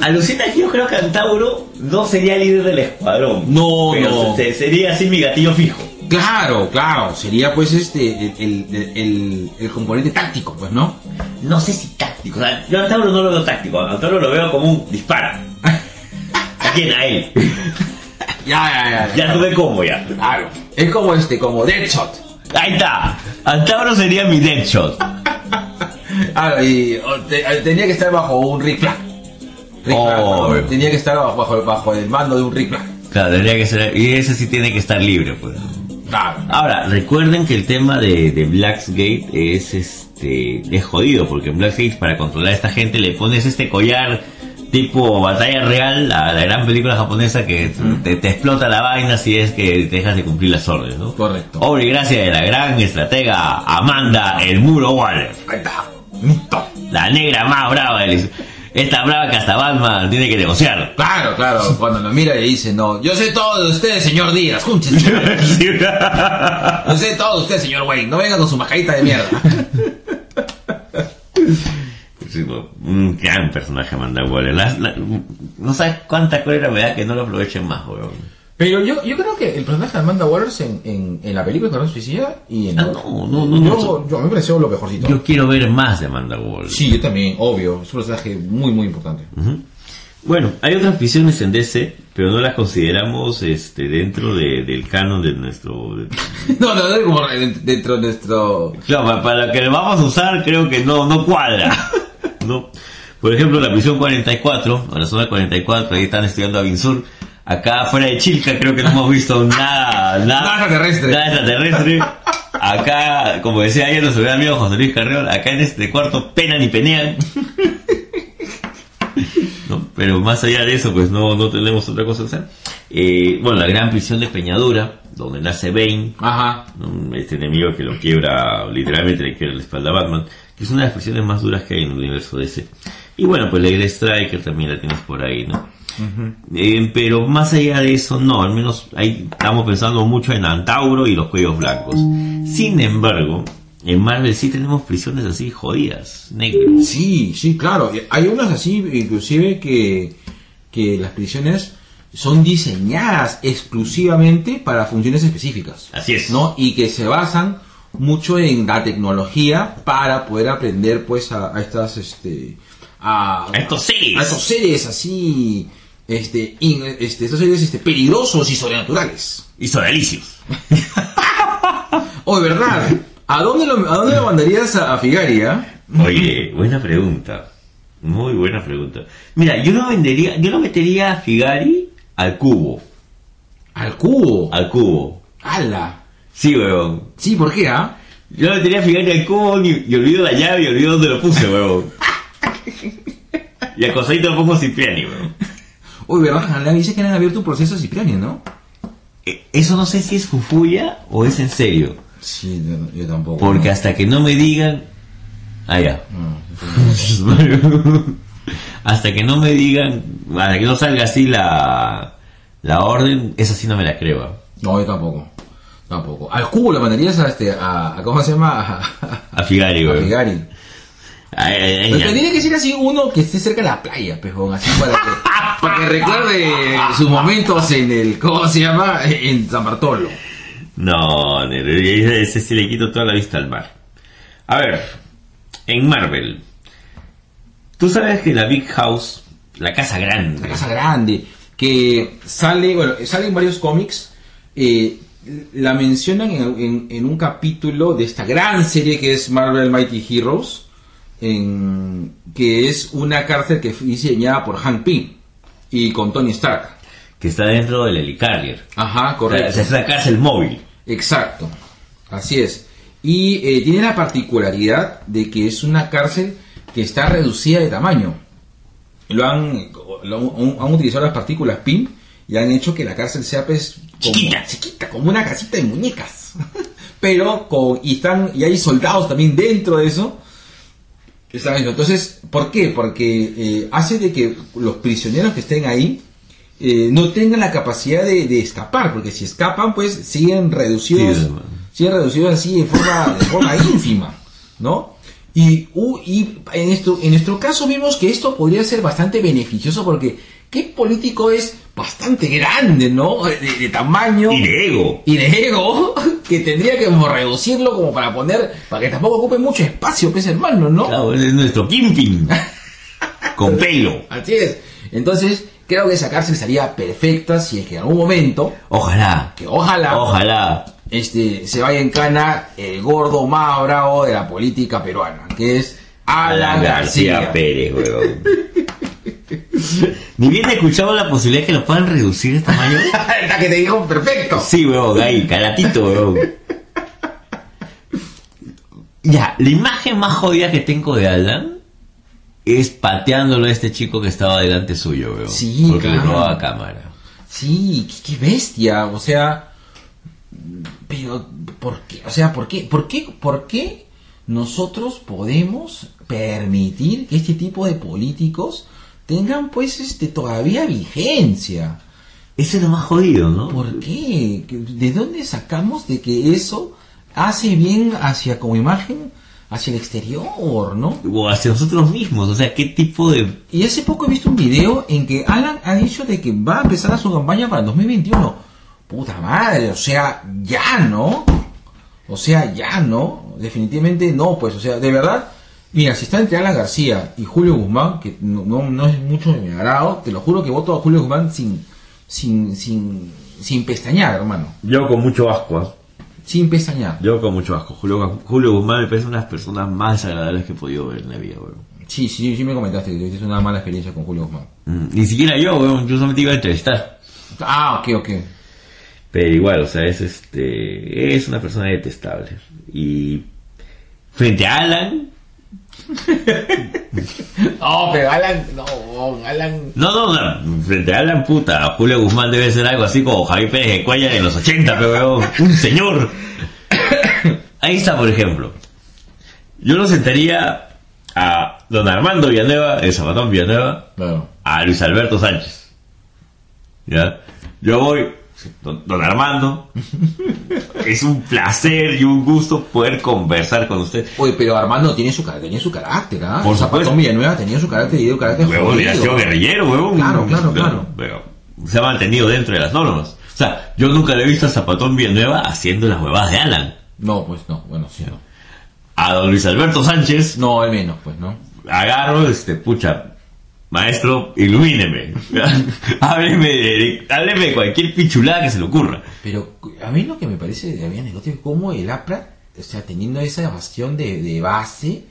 Speaker 2: Alucina que yo creo que Antauro no sería líder del escuadrón.
Speaker 1: No,
Speaker 2: pero
Speaker 1: no.
Speaker 2: se- sería así mi gatillo fijo.
Speaker 1: Claro, claro, sería pues este, el, el- el- el componente táctico, pues, ¿no?
Speaker 2: No sé si táctico. O sea, yo a Antauro no lo veo táctico. A Antauro lo veo como un dispara. ¿A quién? A él.
Speaker 1: Ya, ya, ya.
Speaker 2: Ya tuve combo ya.
Speaker 1: Claro, es como este, como Deadshot.
Speaker 2: Ahí está. Antauro sería mi deadshot.
Speaker 1: Ah, y o, te- eh, tenía que estar bajo un Rick Flag. Rick Flag,
Speaker 2: Oh.
Speaker 1: perdón, tenía que estar bajo, bajo, bajo el mando de un Rick Flag.
Speaker 2: Claro, tendría que ser. Y ese sí tiene que estar libre, pues.
Speaker 1: Claro.
Speaker 2: Ahora, recuerden que el tema de, de Blacksgate es este. es jodido, porque en Blacksgate para controlar a esta gente le pones este collar tipo batalla real a la gran película japonesa que te, te explota la vaina si es que te dejas de cumplir las órdenes, ¿no?
Speaker 1: Correcto.
Speaker 2: Obra y gracia de la gran estratega Amanda El Muro Waller,
Speaker 1: Ahí está. Listo.
Speaker 2: la negra más brava del- Esta brava que hasta Batman tiene que negociar.
Speaker 1: Claro, claro, cuando lo mira y dice, no, yo sé todo de usted, señor Díaz, júnchese.
Speaker 2: Sí.
Speaker 1: Yo sé todo de usted, señor Wayne, no venga con su majadita de mierda.
Speaker 2: Sí, bo- un gran personaje Amanda Waller. Las- la- no sabes cuánta cólera me da que no lo aprovechen más, weón.
Speaker 1: Pero yo, yo creo que el personaje de Amanda Waters en, en, en la película Escuadrón Suicida y en...
Speaker 2: Ah, no, no, no, no.
Speaker 1: yo, yo- a mí me pareció lo mejorcito.
Speaker 2: Yo quiero ver más de Amanda Waller.
Speaker 1: sí, yo también, obvio. Es un personaje muy, muy importante.
Speaker 2: Ujú. Bueno, hay otras visiones en DC, pero no las consideramos este, dentro de- del canon de nuestro... de-
Speaker 1: No, no, no, como dentro de nuestro...
Speaker 2: Claro, pa- para lo que lo vamos a usar creo que no, no cuadra. no. Por ejemplo, la misión 44, o la zona 44, ahí están estudiando a Binsur. Acá fuera de Chilca creo que no hemos visto nada, nada,
Speaker 1: Nada extraterrestre.
Speaker 2: Nada extraterrestre. Acá, como decía ayer nuestro gran amigo José Luis Carreón, acá en este cuarto penan y penean. No, pero más allá de eso, pues no, no tenemos otra cosa que hacer. Eh, bueno, la gran prisión de Peñadura, donde nace Bane,
Speaker 1: Ajá.
Speaker 2: ¿no? este enemigo que lo quiebra, literalmente le quiebra la espalda a Batman, que es una de las prisiones más duras que hay en el universo DC. Y bueno, pues la idea Striker también la tienes por ahí, ¿no? Eh, pero más allá de eso, no, al menos ahí estamos pensando mucho en Antauro y los cuellos blancos. Sin embargo, en Marvel sí tenemos prisiones así jodidas, negras.
Speaker 1: Sí, sí, claro. Eh, Hay unas así, inclusive, que, que las prisiones son diseñadas exclusivamente para funciones específicas.
Speaker 2: Así es.
Speaker 1: ¿No? Y que se basan mucho en la tecnología para poder aprender, pues, a, a estas, este... A,
Speaker 2: A estos seres.
Speaker 1: A estos seres así... Este, in- este, estos seres este, peligrosos y sobrenaturales.
Speaker 2: Y sodalicios.
Speaker 1: Oh, de verdad. ¿A dónde lo, a dónde lo mandarías a, a Figari, ah?
Speaker 2: Oye, buena pregunta. Muy buena pregunta. Mira, yo no vendería, yo no metería a Figari al cubo.
Speaker 1: Al cubo.
Speaker 2: Al cubo.
Speaker 1: ¡Hala!
Speaker 2: Sí, weón.
Speaker 1: Sí, ¿por qué, ah?
Speaker 2: Yo no tenía Figari al cubo y, y olvido la llave y olvido dónde lo puse, weón. Y a Cosadito lo pongo Cipriani, weón.
Speaker 1: Uy, ¿verdad? Le dice que han abierto un proceso a Cipriani, ¿no?
Speaker 2: E- Eso no sé si es fufuya o es en serio.
Speaker 1: Sí, yo, yo tampoco.
Speaker 2: Porque
Speaker 1: ¿no?
Speaker 2: hasta que no me digan... Ah, ya. hasta que no me digan... Hasta que no salga así la... La orden, esa sí no me la creo. weón.
Speaker 1: No, yo tampoco. Tampoco. Al cubo lo mandarías a este. A, a- ¿Cómo se llama? A, a-
Speaker 2: A Figari,
Speaker 1: a
Speaker 2: weón.
Speaker 1: Figari.
Speaker 2: Ay, ay, ay,
Speaker 1: Pero
Speaker 2: ya.
Speaker 1: tendría que ser así uno que esté cerca de la playa, pejón, así para que, para que recuerde sus momentos en el. ¿Cómo se llama? En San Bartolo.
Speaker 2: No, negro, ese ese sí le quito toda la vista al mar. A ver, en Marvel. Tú sabes que la Big House, la casa grande,
Speaker 1: La casa grande. Que sale, bueno, sale en varios cómics. eh, la mencionan en, en- en un capítulo de esta gran serie que es Marvel Mighty Heroes. en- que es una cárcel que fue diseñada por Hank Pym y con Tony Stark.
Speaker 2: que está dentro del Helicarrier.
Speaker 1: Ajá,
Speaker 2: O sea,
Speaker 1: correcto.
Speaker 2: es la cárcel móvil.
Speaker 1: Exacto, así es. Y eh, tiene la particularidad de que es una cárcel que está reducida de tamaño. lo han, lo han- han utilizado las partículas PIMP y han hecho que la cárcel sea pues, como-
Speaker 2: Chiquita.
Speaker 1: chiquita, como una casita de muñecas. Pero con, y están, y hay soldados también dentro de eso. Están dentro. Entonces, ¿por qué? Porque eh, hace de que los prisioneros que estén ahí eh, no tengan la capacidad de, de escapar, porque si escapan, pues siguen reducidos,
Speaker 2: Sí, hermano.
Speaker 1: siguen reducidos así de forma, de forma ínfima, ¿no? Y, u- y en, esto, en nuestro caso vimos que esto podría ser bastante beneficioso porque qué político es bastante grande, ¿no? De, de tamaño
Speaker 2: Y de ego.
Speaker 1: y de ego que tendría que como reducirlo como para poner, para que tampoco ocupe mucho espacio, pues hermano, ¿no?
Speaker 2: Claro, ese es nuestro Kimping. Con pelo.
Speaker 1: Así es. Entonces, creo que esa cárcel sería perfecta si es que en algún momento,
Speaker 2: Ojalá.
Speaker 1: que ojalá,
Speaker 2: Ojalá.
Speaker 1: este, se vaya en cana el gordo más bravo de la política peruana, que es Alan García.
Speaker 2: Pérez, weón. Ni bien he escuchado la posibilidad que lo puedan reducir de tamaño.
Speaker 1: la que te dijo perfecto.
Speaker 2: Sí, weón, ahí, caratito, weón. Ya, la imagen más jodida que tengo de Alan es pateándolo a este chico que estaba delante suyo, weón.
Speaker 1: Sí,
Speaker 2: Porque le
Speaker 1: claro.
Speaker 2: robaba cámara.
Speaker 1: Sí, qué, qué bestia, o sea, pero ¿por qué? O sea, ¿por qué? ¿Por qué? ¿Por qué nosotros podemos permitir que este tipo de políticos tengan pues este todavía vigencia?
Speaker 2: Eso es lo más jodido, ¿no?
Speaker 1: ¿Por qué? ¿De dónde sacamos de que eso hace bien hacia como imagen hacia el exterior, no?
Speaker 2: O hacia nosotros mismos, o sea, ¿qué tipo de
Speaker 1: Y hace poco he visto un video en que Alan ha dicho de que va a empezar a su campaña para el 2021. Puta madre, o sea, ya no. O sea, ya no. Definitivamente no, pues, o sea, de verdad. Mira, si está entre Alan García y Julio Guzmán, que no, no- no es mucho de mi agrado, te lo juro que voto a Julio Guzmán sin, sin, sin, sin pestañear, hermano.
Speaker 2: Yo con mucho asco, ¿ah?
Speaker 1: Sin pestañear.
Speaker 2: yo con mucho asco. Julio, Julio Guzmán me parece una de las personas más agradables que he podido ver en la vida, weón.
Speaker 1: Sí, sí, sí me comentaste que tuviste una mala experiencia con Julio Guzmán.
Speaker 2: Mm, Ni siquiera yo, weón, yo solamente iba a entrevistar.
Speaker 1: Ah, ok, ok.
Speaker 2: Pero igual, o sea, es este. Es una persona detestable. Y. Frente a Alan.
Speaker 1: No, pero Alan, no, Alan...
Speaker 2: No, no, no, frente a Alan, puta. Julio Guzmán debe ser algo así como Javier Pérez de Cuellar en los 80, pero weón, un señor. Ahí está, por ejemplo. Yo lo sentaría a don Armando Villanueva, el Zapatón Villanueva.
Speaker 1: Claro.
Speaker 2: a Luis Alberto Sánchez. ¿Ya? Yo voy, don, don Armando, es un placer y un gusto poder conversar con usted.
Speaker 1: Oye, pero Armando tiene su, car- tenía su carácter, ¿ah?
Speaker 2: Por
Speaker 1: Zapatón
Speaker 2: supuesto.
Speaker 1: Villanueva tenía su carácter y dio carácter
Speaker 2: Huevón,
Speaker 1: jodido.
Speaker 2: le ha sido guerrillero, huevón.
Speaker 1: Claro, claro,
Speaker 2: Pero-
Speaker 1: claro.
Speaker 2: pero se ha mantenido dentro de las normas. O sea, yo nunca le he visto a Zapatón Villanueva haciendo las huevadas de Alan.
Speaker 1: No, pues no, bueno, sí, no.
Speaker 2: A don Luis Alberto Sánchez,
Speaker 1: No, al menos, pues no.
Speaker 2: agarro, este, pucha, maestro, ilumíneme. hábleme, de, hábleme de cualquier pichulada que se le ocurra.
Speaker 1: Pero a mí lo que me parece de bien anecdótico es cómo el APRA, o sea, teniendo esa bastión de, de base,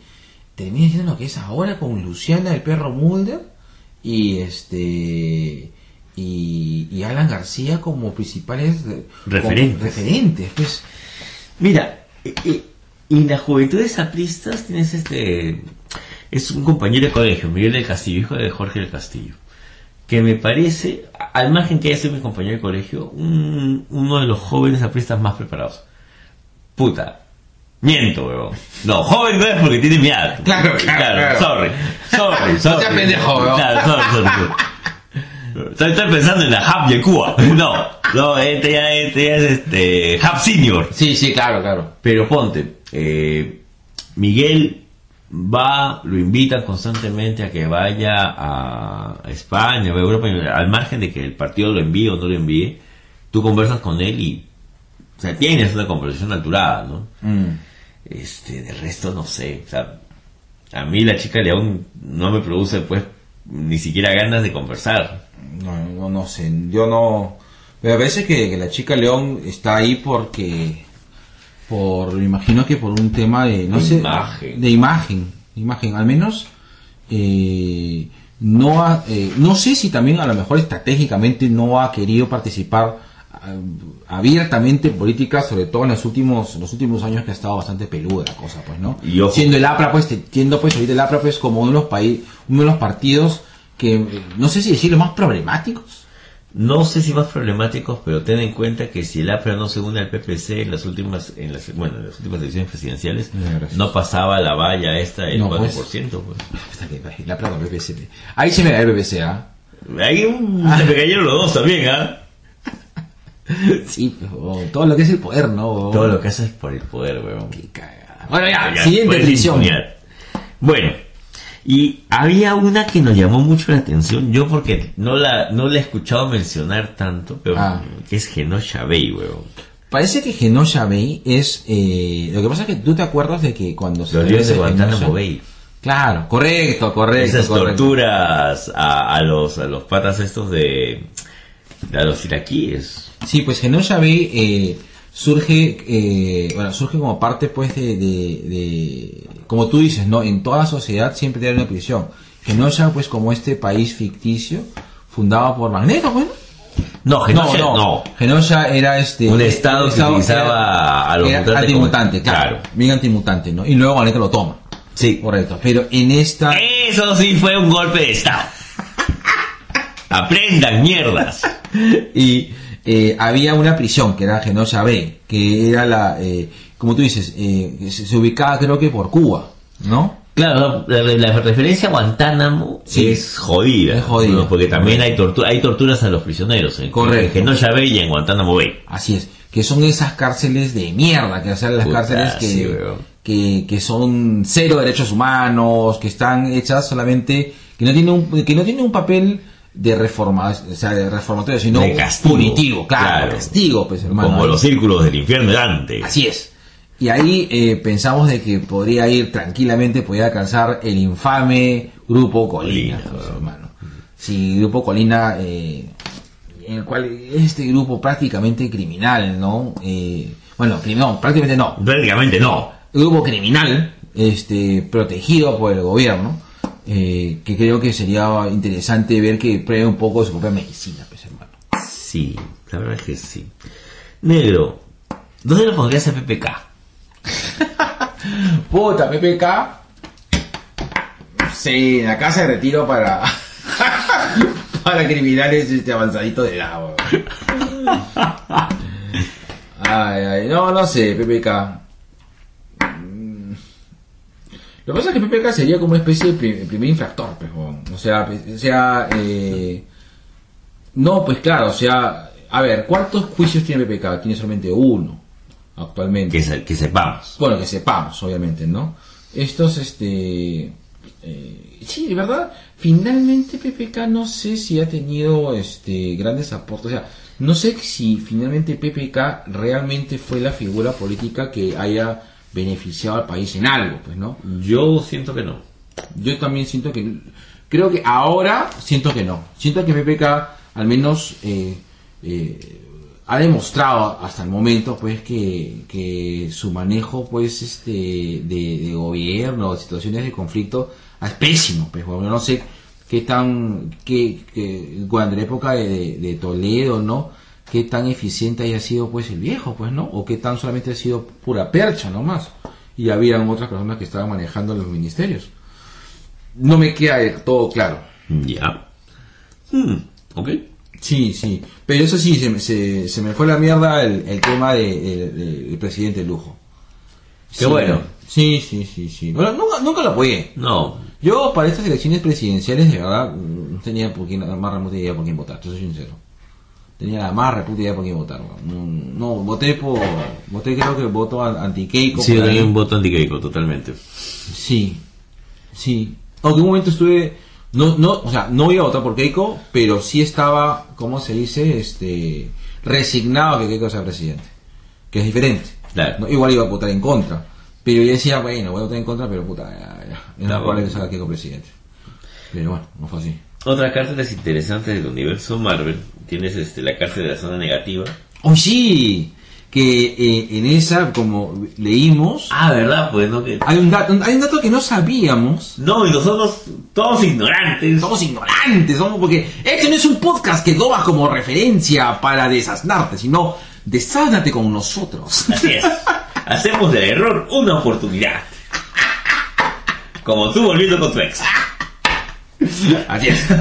Speaker 1: termina siendo lo que es ahora con Luciana, el perro Mulder, y este. Y, y Alan García como principales eh,
Speaker 2: Referentes.
Speaker 1: como referentes pues
Speaker 2: Mira, y, y- y la juventud de sapristas tienes este. Es un compañero de colegio, Miguel del Castillo, hijo de Jorge del Castillo, que me parece, a- al margen que haya sido mi compañero de colegio, un- uno de los jóvenes sapristas más preparados. Puta. Miento, huevón. No, joven no es porque tiene mi edad.
Speaker 1: Claro, claro, claro.
Speaker 2: Sorry, sorry, sorry.
Speaker 1: seas pendejo, huevón.
Speaker 2: Claro, sorry, sorry, sorry. Estoy, estoy pensando en la Hub y en Cuba. No, no, este ya, este ya es este, Hub Senior.
Speaker 1: sí sí claro claro
Speaker 2: Pero ponte, eh, Miguel va, lo invitan constantemente a que vaya a España, a Europa, y al margen de que el partido lo envíe o no lo envíe, tú conversas con él y, o sea, tienes una conversación alturada, ¿no?
Speaker 1: Mm.
Speaker 2: Este, de resto no sé, o sea, a mí la chica León no me produce, pues, ni siquiera ganas de conversar.
Speaker 1: No, no, no sé, yo no... Pero a veces que, que la chica León está ahí porque... Por, me imagino que por un tema de... No
Speaker 2: De
Speaker 1: sé,
Speaker 2: imagen.
Speaker 1: De imagen, de imagen. Al menos, eh, no ha- eh, no sé si también a lo mejor estratégicamente no ha querido participar eh, abiertamente en política, sobre todo en los últimos, los últimos años que ha estado bastante peluda la cosa, pues, ¿no?
Speaker 2: Y ojo.
Speaker 1: Siendo el APRA, pues, te entiendo, pues, ahorita el APRA, pues, como uno de los países, uno de los partidos que no sé si decir los más problemáticos.
Speaker 2: No sé si más problemáticos, pero ten en cuenta que si el APRA no se une al PPC en las últimas, en las, bueno, en las últimas elecciones presidenciales,
Speaker 1: Ya, gracias.
Speaker 2: no pasaba la valla esta del
Speaker 1: No,
Speaker 2: 4%.
Speaker 1: pues.
Speaker 2: Pues.
Speaker 1: Hasta que pues, la plata del BBC. Ahí sí me da el BBC, ¿ah?
Speaker 2: Ahí um, se me cayeron los dos también, ¿ah?
Speaker 1: Sí, pero todo lo que es el poder, ¿no?
Speaker 2: Todo lo que haces por el poder, weón.
Speaker 1: Qué cagada. Bueno, ya,
Speaker 2: Ya, pues,
Speaker 1: siguiente
Speaker 2: puedes
Speaker 1: edición.
Speaker 2: imponer. Bueno, y había una que nos llamó mucho la atención, yo porque no la, no la he escuchado mencionar tanto, pero
Speaker 1: Ah.
Speaker 2: que es Geno Chabey, weón.
Speaker 1: Parece que Genosha Bay es. Eh, lo que pasa es que tú te acuerdas de que cuando
Speaker 2: Los líos de
Speaker 1: establece
Speaker 2: Guantánamo
Speaker 1: Genosha-
Speaker 2: Bay.
Speaker 1: Claro, correcto, correcto.
Speaker 2: Esas
Speaker 1: correcto.
Speaker 2: torturas a, a los a los patas estos de, de a los iraquíes.
Speaker 1: Sí, pues Genosha Bay eh, surge, eh, bueno, surge como parte, pues, de, de, de- como tú dices, ¿no? En toda sociedad siempre tiene una prisión. Genosha, pues, como este país ficticio, fundado por Magneto, bueno.
Speaker 2: No, Genosha no.
Speaker 1: Genosha era este.
Speaker 2: Un estado que utilizaba a los
Speaker 1: era
Speaker 2: mutantes
Speaker 1: antimutante,
Speaker 2: como-
Speaker 1: claro,
Speaker 2: claro.
Speaker 1: Bien antimutante, ¿no? Y luego Magneto lo toma.
Speaker 2: Sí.
Speaker 1: Correcto. Pero en esta.
Speaker 2: Eso sí fue un golpe de estado. Aprendan mierdas.
Speaker 1: y eh, había una prisión que era Genosha B, que era la, eh, como tú dices, eh, que se, se ubicaba creo que por Cuba, ¿no?
Speaker 2: Claro, la, la- la referencia a Guantánamo
Speaker 1: Sí.
Speaker 2: es jodida.
Speaker 1: Es jodida.
Speaker 2: ¿no? Porque también hay, tortu- hay torturas a los prisioneros. En,
Speaker 1: Correcto.
Speaker 2: En Genosha Bay y en Guantánamo Bay.
Speaker 1: Así es, que son esas cárceles de mierda, que son las
Speaker 2: Puta,
Speaker 1: cárceles que,
Speaker 2: sí, weón.
Speaker 1: que, que son cero derechos humanos, que están hechas solamente, que no tienen un, que no tienen un papel de reforma, o sea, de reformatorio, sino
Speaker 2: De castigo.
Speaker 1: punitivo, claro,
Speaker 2: Claro.
Speaker 1: castigo, pues hermano.
Speaker 2: como los círculos del infierno de Dante.
Speaker 1: Así es. Y ahí eh, pensamos de que podría ir tranquilamente, podía alcanzar el infame Grupo Colina,
Speaker 2: Colina,
Speaker 1: pues,
Speaker 2: claro.
Speaker 1: hermano. Sí, Grupo Colina, eh, en el cual este grupo prácticamente criminal, ¿no? Eh, bueno, crim- no, prácticamente no.
Speaker 2: Prácticamente no.
Speaker 1: Grupo criminal, este, protegido por el gobierno, eh, que creo que sería interesante ver que pruebe un poco su propia medicina, pues, hermano.
Speaker 2: Sí, la verdad es que sí. Negro, ¿dónde lo pondrías a PPK?
Speaker 1: Puta, PPK. Sí, la casa de retiro para. para criminales este avanzadito de edad, weón. Ay, ay, no, no sé, PPK. Mm. Lo que pasa es que PPK sería como una especie de pri- primer infractor, pues, weón. O sea, pe- o sea, eh, No, pues claro, o sea. A ver, ¿cuántos juicios tiene PPK? Tiene solamente uno actualmente.
Speaker 2: Que, se- que sepamos.
Speaker 1: Bueno, que sepamos, obviamente, ¿no? Estos, este... eh, sí, de verdad, finalmente PPK no sé si ha tenido este grandes aportes. O sea, no sé si finalmente PPK realmente fue la figura política que haya beneficiado al país en algo, pues, ¿no?
Speaker 2: Yo siento que no.
Speaker 1: Yo también siento que... Creo que ahora siento que no. Siento que PPK al menos eh, eh, ha demostrado hasta el momento pues que, que su manejo pues este de, de gobierno, de situaciones de conflicto es pésimo. Pues, bueno, no sé qué tan... Que, que, cuando en la época de, de- de Toledo, ¿no? Qué tan eficiente haya sido pues el viejo, pues, ¿no? O qué tan solamente ha sido pura percha nomás. Y habían otras personas que estaban manejando los ministerios. No me queda del todo claro.
Speaker 2: Ya. Hmm, ok.
Speaker 1: Sí, sí. Pero eso sí, se me, se, se me fue la mierda el, el tema de- de- de- del presidente Lujo.
Speaker 2: Qué bueno.
Speaker 1: Sí, sí, sí, sí. Bueno, nunca, nunca lo apoyé.
Speaker 2: No.
Speaker 1: Yo para estas elecciones presidenciales, de verdad, no tenía por quién, la más remuta idea por quién votar, te soy sincero. Tenía la más reputa idea por quién votar. weón. No, no, voté por... Voté creo que el voto an- anti-Keiko.
Speaker 2: Sí, yo
Speaker 1: por ahí.
Speaker 2: tenía un voto antiquímico, totalmente.
Speaker 1: Sí, sí. Aunque un momento estuve. No, no, o sea, no iba a votar por Keiko, pero sí estaba, ¿cómo se dice? Este, resignado a que Keiko sea presidente. Que es diferente.
Speaker 2: Claro.
Speaker 1: No, igual iba a votar en contra. Pero yo decía, bueno, voy a votar en contra, pero puta, ya, ya. Es más
Speaker 2: Claro.
Speaker 1: probable que salga Keiko presidente. Pero bueno, no fue así.
Speaker 2: Otra cárcel es interesante del universo Marvel. Tienes este, la cárcel de la zona negativa.
Speaker 1: ¡Oh, sí! Que eh, en esa, como leímos,
Speaker 2: Ah, ¿verdad? Pues no que...
Speaker 1: hay un, dato, hay un dato que no sabíamos.
Speaker 2: No, y nosotros todos ignorantes.
Speaker 1: Somos ignorantes, somos porque este no es un podcast que tomas como referencia para desaznarte, sino desáznate con nosotros.
Speaker 2: Así es. Hacemos del error una oportunidad. Como tú volviendo con tu ex.
Speaker 1: Así es.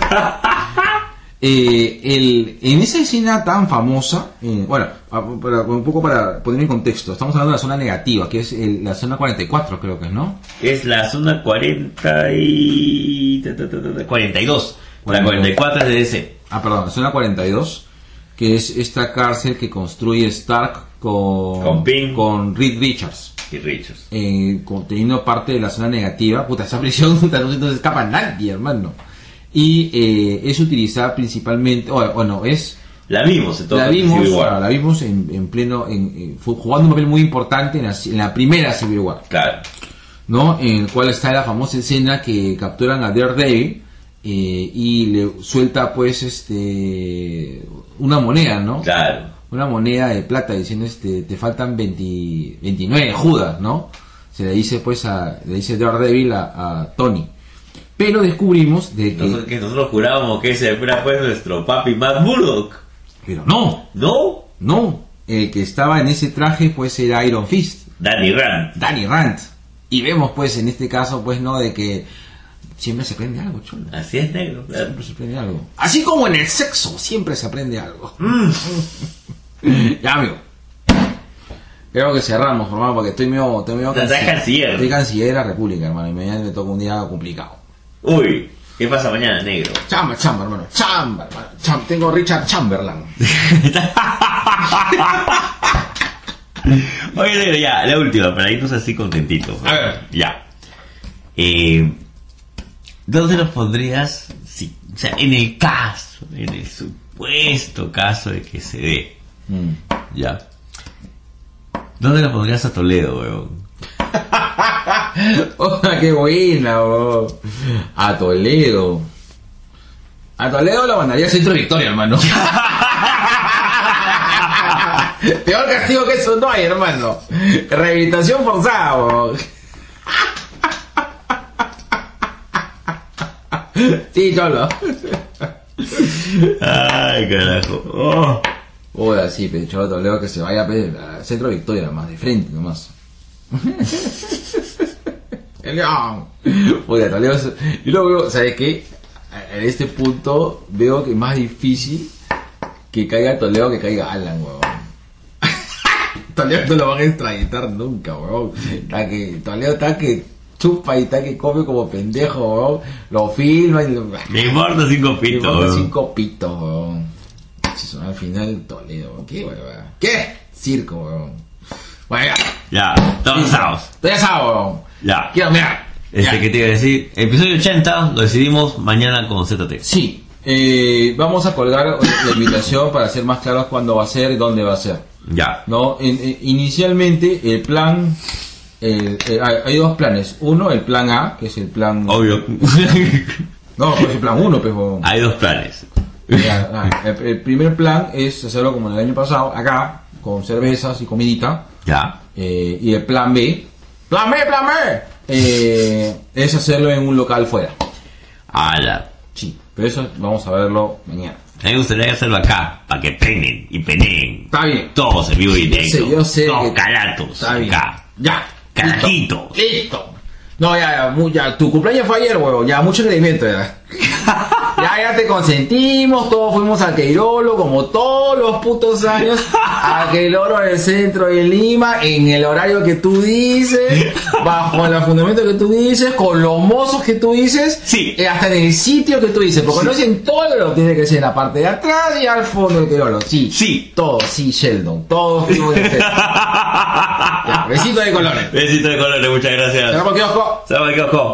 Speaker 1: Eh, el- en esa escena tan famosa, eh, bueno, pa- para- un poco para poner en contexto, estamos hablando de la zona negativa, que es el- la zona 44, creo que es, ¿no?
Speaker 2: Es la zona 40 y... ta, ta, ta, ta, ta, 42. La 44 es de ese.
Speaker 1: Ah, perdón, la zona 42, que es esta cárcel que construye Stark con,
Speaker 2: Con Pym.
Speaker 1: con Reed Richards.
Speaker 2: Y Richards.
Speaker 1: eh, conteniendo parte de la zona negativa, puta, esa prisión puta, no, se- no se escapa nadie, hermano. Y eh, es utilizada principalmente, o, o no, es...
Speaker 2: La vimos entonces.
Speaker 1: La vimos,
Speaker 2: Civil War.
Speaker 1: claro, la vimos en, en pleno, en- en- fu- jugando un papel muy importante en la, en la primera Civil War,
Speaker 2: Claro.
Speaker 1: ¿no? En el cual está la famosa escena que capturan a Daredevil eh, y le suelta, pues, este, una moneda, ¿no?
Speaker 2: Claro.
Speaker 1: una moneda de plata diciendo este te faltan 20 29 judas no se le dice pues a le dice Daredevil a, a Tony pero descubrimos de que
Speaker 2: Nosotros, que nosotros jurábamos que ese era pues nuestro papi Matt Murdock.
Speaker 1: pero no
Speaker 2: ¿No?
Speaker 1: no el que estaba en ese traje pues era Iron Fist
Speaker 2: Danny Rand.
Speaker 1: Danny Rand y vemos pues en este caso pues no de que siempre se aprende algo cholo
Speaker 2: Así es negro. claro.
Speaker 1: siempre se aprende algo así como en el sexo siempre se aprende algo ya amigo creo que cerramos hermano porque estoy medio estoy medio
Speaker 2: Estás canciller.
Speaker 1: Soy canciller de la República, hermano, y mañana me toca un día complicado.
Speaker 2: Uy, ¿qué pasa mañana, negro?
Speaker 1: Chamba, chamba, hermano, chamba, hermano. cham- Tengo Richard Chamberlain.
Speaker 2: Oye, negro, ya, la última, para irnos así contentitos.
Speaker 1: A ver.
Speaker 2: Ya. Eh, ¿Dónde nos pondrías? si- o sea, en el caso, en el supuesto caso de que se dé.
Speaker 1: Mm.
Speaker 2: Ya. ¿Dónde nos pondrías a Toledo, weón?
Speaker 1: Hola, Oh, qué buena, bro. A Toledo. A Toledo lo mandaría al centro de Victoria, hermano. Peor castigo que eso no hay, hermano. Rehabilitación forzada, bro. Sí, cholo.
Speaker 2: Ay, carajo. Oh.
Speaker 1: Hola, sí, pe, cholo Toledo que se vaya pe, al centro de Victoria, nomás, de frente nomás. El león. Oye, Toledo, es- yo lo veo, ¿sabes qué? A- En este punto veo que es más difícil que caiga Toledo que caiga Alan, weón. Toledo no lo van a extraditar nunca, weón. Está que, Toledo está que chupa y está que come como pendejo, weón. Lo filma y lo...
Speaker 2: Me importa cinco
Speaker 1: Y
Speaker 2: pitos,
Speaker 1: pongo
Speaker 2: weón.
Speaker 1: cinco pitos, weón. Eso, Al final Toledo, weón. ¿Qué, weón? ¿Qué? Circo, weón. Bueno, ya.
Speaker 2: Ya, todos asados.
Speaker 1: Estoy asado, weón.
Speaker 2: Ya.
Speaker 1: Quiero mirar.
Speaker 2: Este
Speaker 1: Ya.
Speaker 2: que te iba a decir, episodio 80 lo decidimos mañana con ZT.
Speaker 1: Sí. eh, vamos a colgar la invitación para ser más claros cuándo va a ser y dónde va a ser.
Speaker 2: Ya.
Speaker 1: ¿no? En- en- inicialmente el plan... el- el- hay, hay dos planes. Uno, el plan A, que es el plan...
Speaker 2: Obvio.
Speaker 1: No, pues el plan 1, pues... weón.
Speaker 2: Hay dos planes.
Speaker 1: Ya, ah, el, el primer plan es hacerlo como en el año pasado, acá, con cervezas y comidita.
Speaker 2: Ya.
Speaker 1: Eh, y el plan B, plan B, plan B, eh, es hacerlo en un local fuera.
Speaker 2: Ala.
Speaker 1: Sí, pero eso vamos a verlo mañana.
Speaker 2: A mí me gustaría hacerlo acá, para que penen y peneen.
Speaker 1: Está bien.
Speaker 2: Todos en vivo y
Speaker 1: Yo sé,
Speaker 2: directo.
Speaker 1: yo sé
Speaker 2: Todos
Speaker 1: que-
Speaker 2: calatos.
Speaker 1: Está bien.
Speaker 2: Acá.
Speaker 1: Ya.
Speaker 2: Carajitos.
Speaker 1: Listo. Listo. No, ya, ya, mu- ya, tu cumpleaños fue ayer, huevón, ya, mucho rendimiento, ya. Ya, ya te consentimos, todos fuimos al Queirolo, como todos los putos años, al Queirolo del centro de Lima, en el horario que tú dices, bajo el fundamento que tú dices, con los mozos que tú dices,
Speaker 2: Sí.
Speaker 1: eh, hasta en el sitio que tú dices, porque no es en todo lo tiene que ser en la parte de atrás y al fondo del Queirolo, sí.
Speaker 2: Sí.
Speaker 1: Todos, sí, Sheldon, todos fuimos de fe. Ya, Besito de colores.
Speaker 2: Ah. Besitos de colores, muchas gracias.
Speaker 1: Cerramos kiosco.
Speaker 2: Sábado, kiosco.